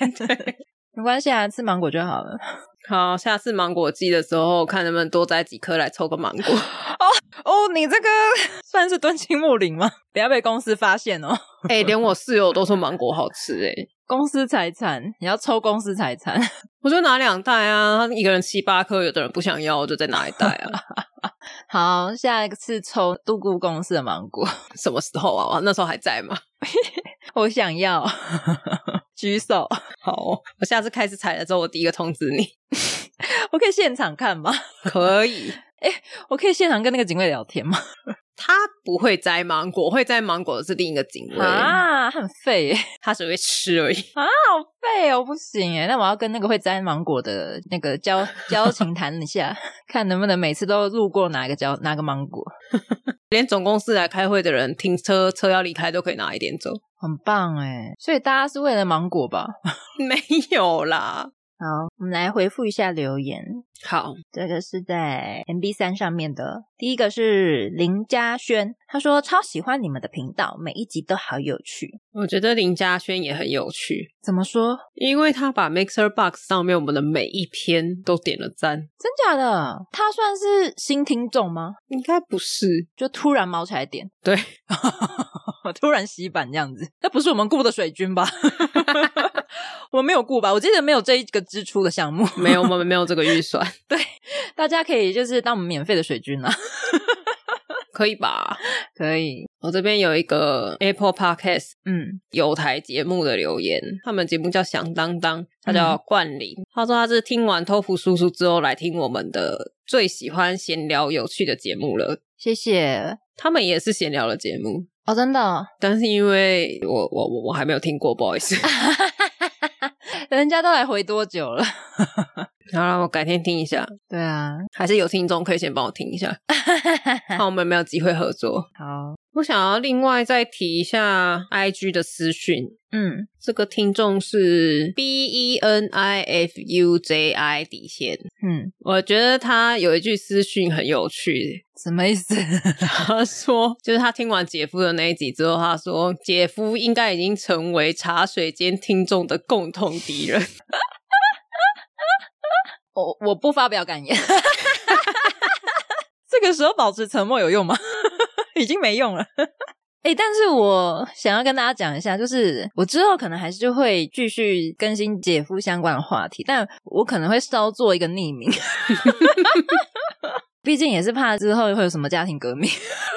Speaker 2: 没关系啊，吃芒果就好了。
Speaker 1: 好，下次芒果季的时候，看能不能多摘几颗来凑个芒果。
Speaker 3: 哦，你 这个算是敦亲睦邻吗？不要被公司发现哦，
Speaker 1: 哎、连我室友都说芒果好吃、哎，
Speaker 2: 公司财产，你要抽公司财产。
Speaker 1: 我就拿两袋啊，他一个人七八颗，有的人不想要，我就再拿一袋啊。
Speaker 2: 好，下一次抽杜姑公司的芒果，
Speaker 1: 什么时候啊？我那时候还在吗？
Speaker 2: 我想要。
Speaker 3: 举手，
Speaker 1: 好哦、我下次开始采了之后，我第一个通知你。
Speaker 3: 我可以现场看吗？
Speaker 1: 可以，
Speaker 2: 我可以现场跟那个警卫聊天吗？
Speaker 1: 他不会摘芒果，会摘芒果的是另一个警卫，
Speaker 2: 啊，他很废耶，
Speaker 1: 他只会吃而已。
Speaker 2: 好废哦，不行哎。那我要跟那个会摘芒果的那个交交情谈一下，看能不能每次都路过哪个交哪个芒果，
Speaker 1: 连总公司来开会的人，停车车要离开都可以拿一点走。
Speaker 2: 很棒哎。所以大家是为了芒果吧？
Speaker 1: 没有啦，
Speaker 2: 好，我们来回复一下留言。
Speaker 1: 好，
Speaker 2: 这个是在 MB 三上面的，第一个是林嘉轩，他说超喜欢你们的频道，每一集都好有趣。
Speaker 1: 我觉得林嘉轩也很有趣，
Speaker 2: 怎么说？
Speaker 1: 因为他把 Mixer Box 上面我们的每一篇都点了赞，
Speaker 2: 真假的？他算是新听众吗？
Speaker 1: 应该不是。
Speaker 2: 就突然冒起来点，
Speaker 1: 对，
Speaker 3: 突然洗版这样子，那不是我们雇的水军吧？我们没有雇吧？我记得没有这一个支出的项 目，
Speaker 1: 没有，我们没有这个预算，
Speaker 2: 大家可以就是当我们免费的水军啊，
Speaker 1: 可以吧？
Speaker 2: 可以。
Speaker 1: 我这边有一个 Apple Podcast
Speaker 2: 嗯，
Speaker 1: 有台节目的留言，他们节目叫响当当，他叫冠霖，他说他是听完托福叔叔之后来听我们的，最喜欢闲聊有趣的节目了。
Speaker 2: 谢谢。
Speaker 1: 他们也是闲聊的节目，
Speaker 2: 哦，真的哦，
Speaker 1: 但是因为我我我我还没有听过，不好意思。
Speaker 2: 人家都来回多久了？
Speaker 1: 好了，我改天听一下，
Speaker 2: 对啊，
Speaker 1: 还是有听众可以先帮我听一下，看我们有没有机会合作。
Speaker 2: 好，
Speaker 1: 我想要另外再提一下 IG 的私讯，
Speaker 2: 嗯，
Speaker 1: 这个听众是 B E N I F U J I 底线，
Speaker 2: 嗯，
Speaker 1: 我觉得他有一句私讯很有趣，
Speaker 2: 什么意思？
Speaker 1: 他说就是他听完姐夫的那一集之后，他说姐夫应该已经成为茶水间听众的共同敌人，
Speaker 2: 我哦我不发表感言。
Speaker 3: 这个时候保持沉默有用吗？ 已经没用了。
Speaker 2: 哎、但是我想要跟大家讲一下，就是我之后可能还是会继续更新姐夫相关的话题，但我可能会稍做一个匿名， 毕竟也是怕之后会有什么家庭革命。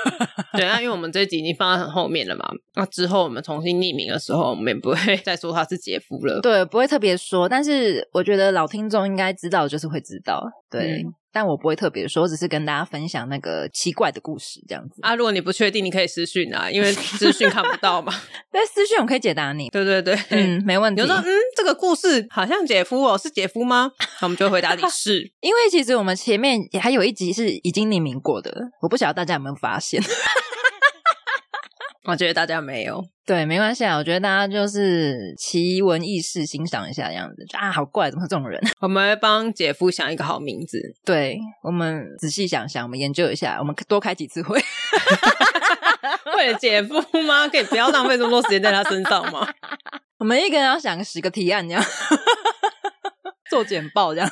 Speaker 1: 对，那因为我们这集已经放在很后面了嘛，那之后我们重新匿名的时候，我们也不会 再说他是姐夫了。
Speaker 2: 对，不会特别说，但是我觉得老听众应该知道，就是会知道。对，
Speaker 1: 嗯
Speaker 2: 但我不会特别说，我只是跟大家分享那个奇怪的故事这样子。
Speaker 1: 啊，如果你不确定，你可以私讯啊，因为私讯看不到嘛。
Speaker 2: 但私讯我可以解答你，
Speaker 1: 对对对，
Speaker 2: 嗯，没问
Speaker 1: 你
Speaker 2: 题
Speaker 1: 就。说，嗯，这个故事好像姐夫哦，是姐夫吗？ 那我们就会回 答你是。
Speaker 2: 因为其实我们前面也还有一集是已经匿名过的，我不晓得大家有没有发现。
Speaker 1: 我觉得大家没有，
Speaker 2: 对，没关系啊，我觉得大家就是奇闻异事欣赏一下这样子，就啊，好怪，怎么会这种人？
Speaker 1: 我们会帮姐夫想一个好名字。
Speaker 2: 对我们仔细想想，我们研究一下，我们多开几次会。
Speaker 1: 为了姐夫吗？可以不要浪费这么多时间在他身上吗？
Speaker 2: 我们一个人要想十个提案，这样 做简报，这样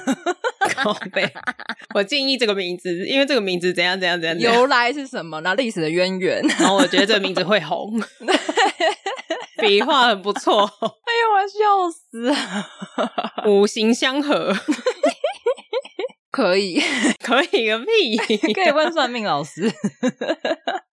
Speaker 1: 靠背，我建议这个名字，因为这个名字怎样怎样怎样怎样
Speaker 2: 由来是什么？那历史的渊源？ 哎
Speaker 1: 然后我觉得这个名字会红，笔画很不错，
Speaker 2: 哎呦，我要笑死啊！
Speaker 1: 五行相合，
Speaker 2: 可以，
Speaker 1: 可以个屁！
Speaker 3: 可以问算命老师，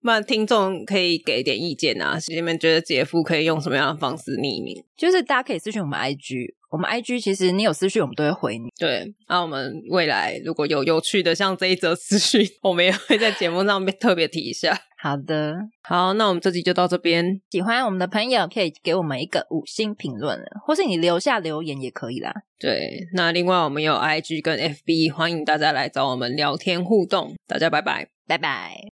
Speaker 1: 那听众可以给点意见啊，你们觉得姐夫可以用什么样的方式匿名？
Speaker 2: 就是大家可以私信我们 IG，我们 IG 其实你有私讯，我们都会回你。
Speaker 1: 对，那、我们未来如果有有趣的，像这一则资讯，我们也会在节目上面特别提一下。
Speaker 2: 好的，
Speaker 1: 好，那我们这集就到这边。
Speaker 2: 喜欢我们的朋友可以给我们一个五星评论，或是你留下留言也可以啦。
Speaker 1: 对，那另外我们有 IG 跟 FB，欢迎大家来找我们聊天互动。大家拜拜。
Speaker 2: 拜拜。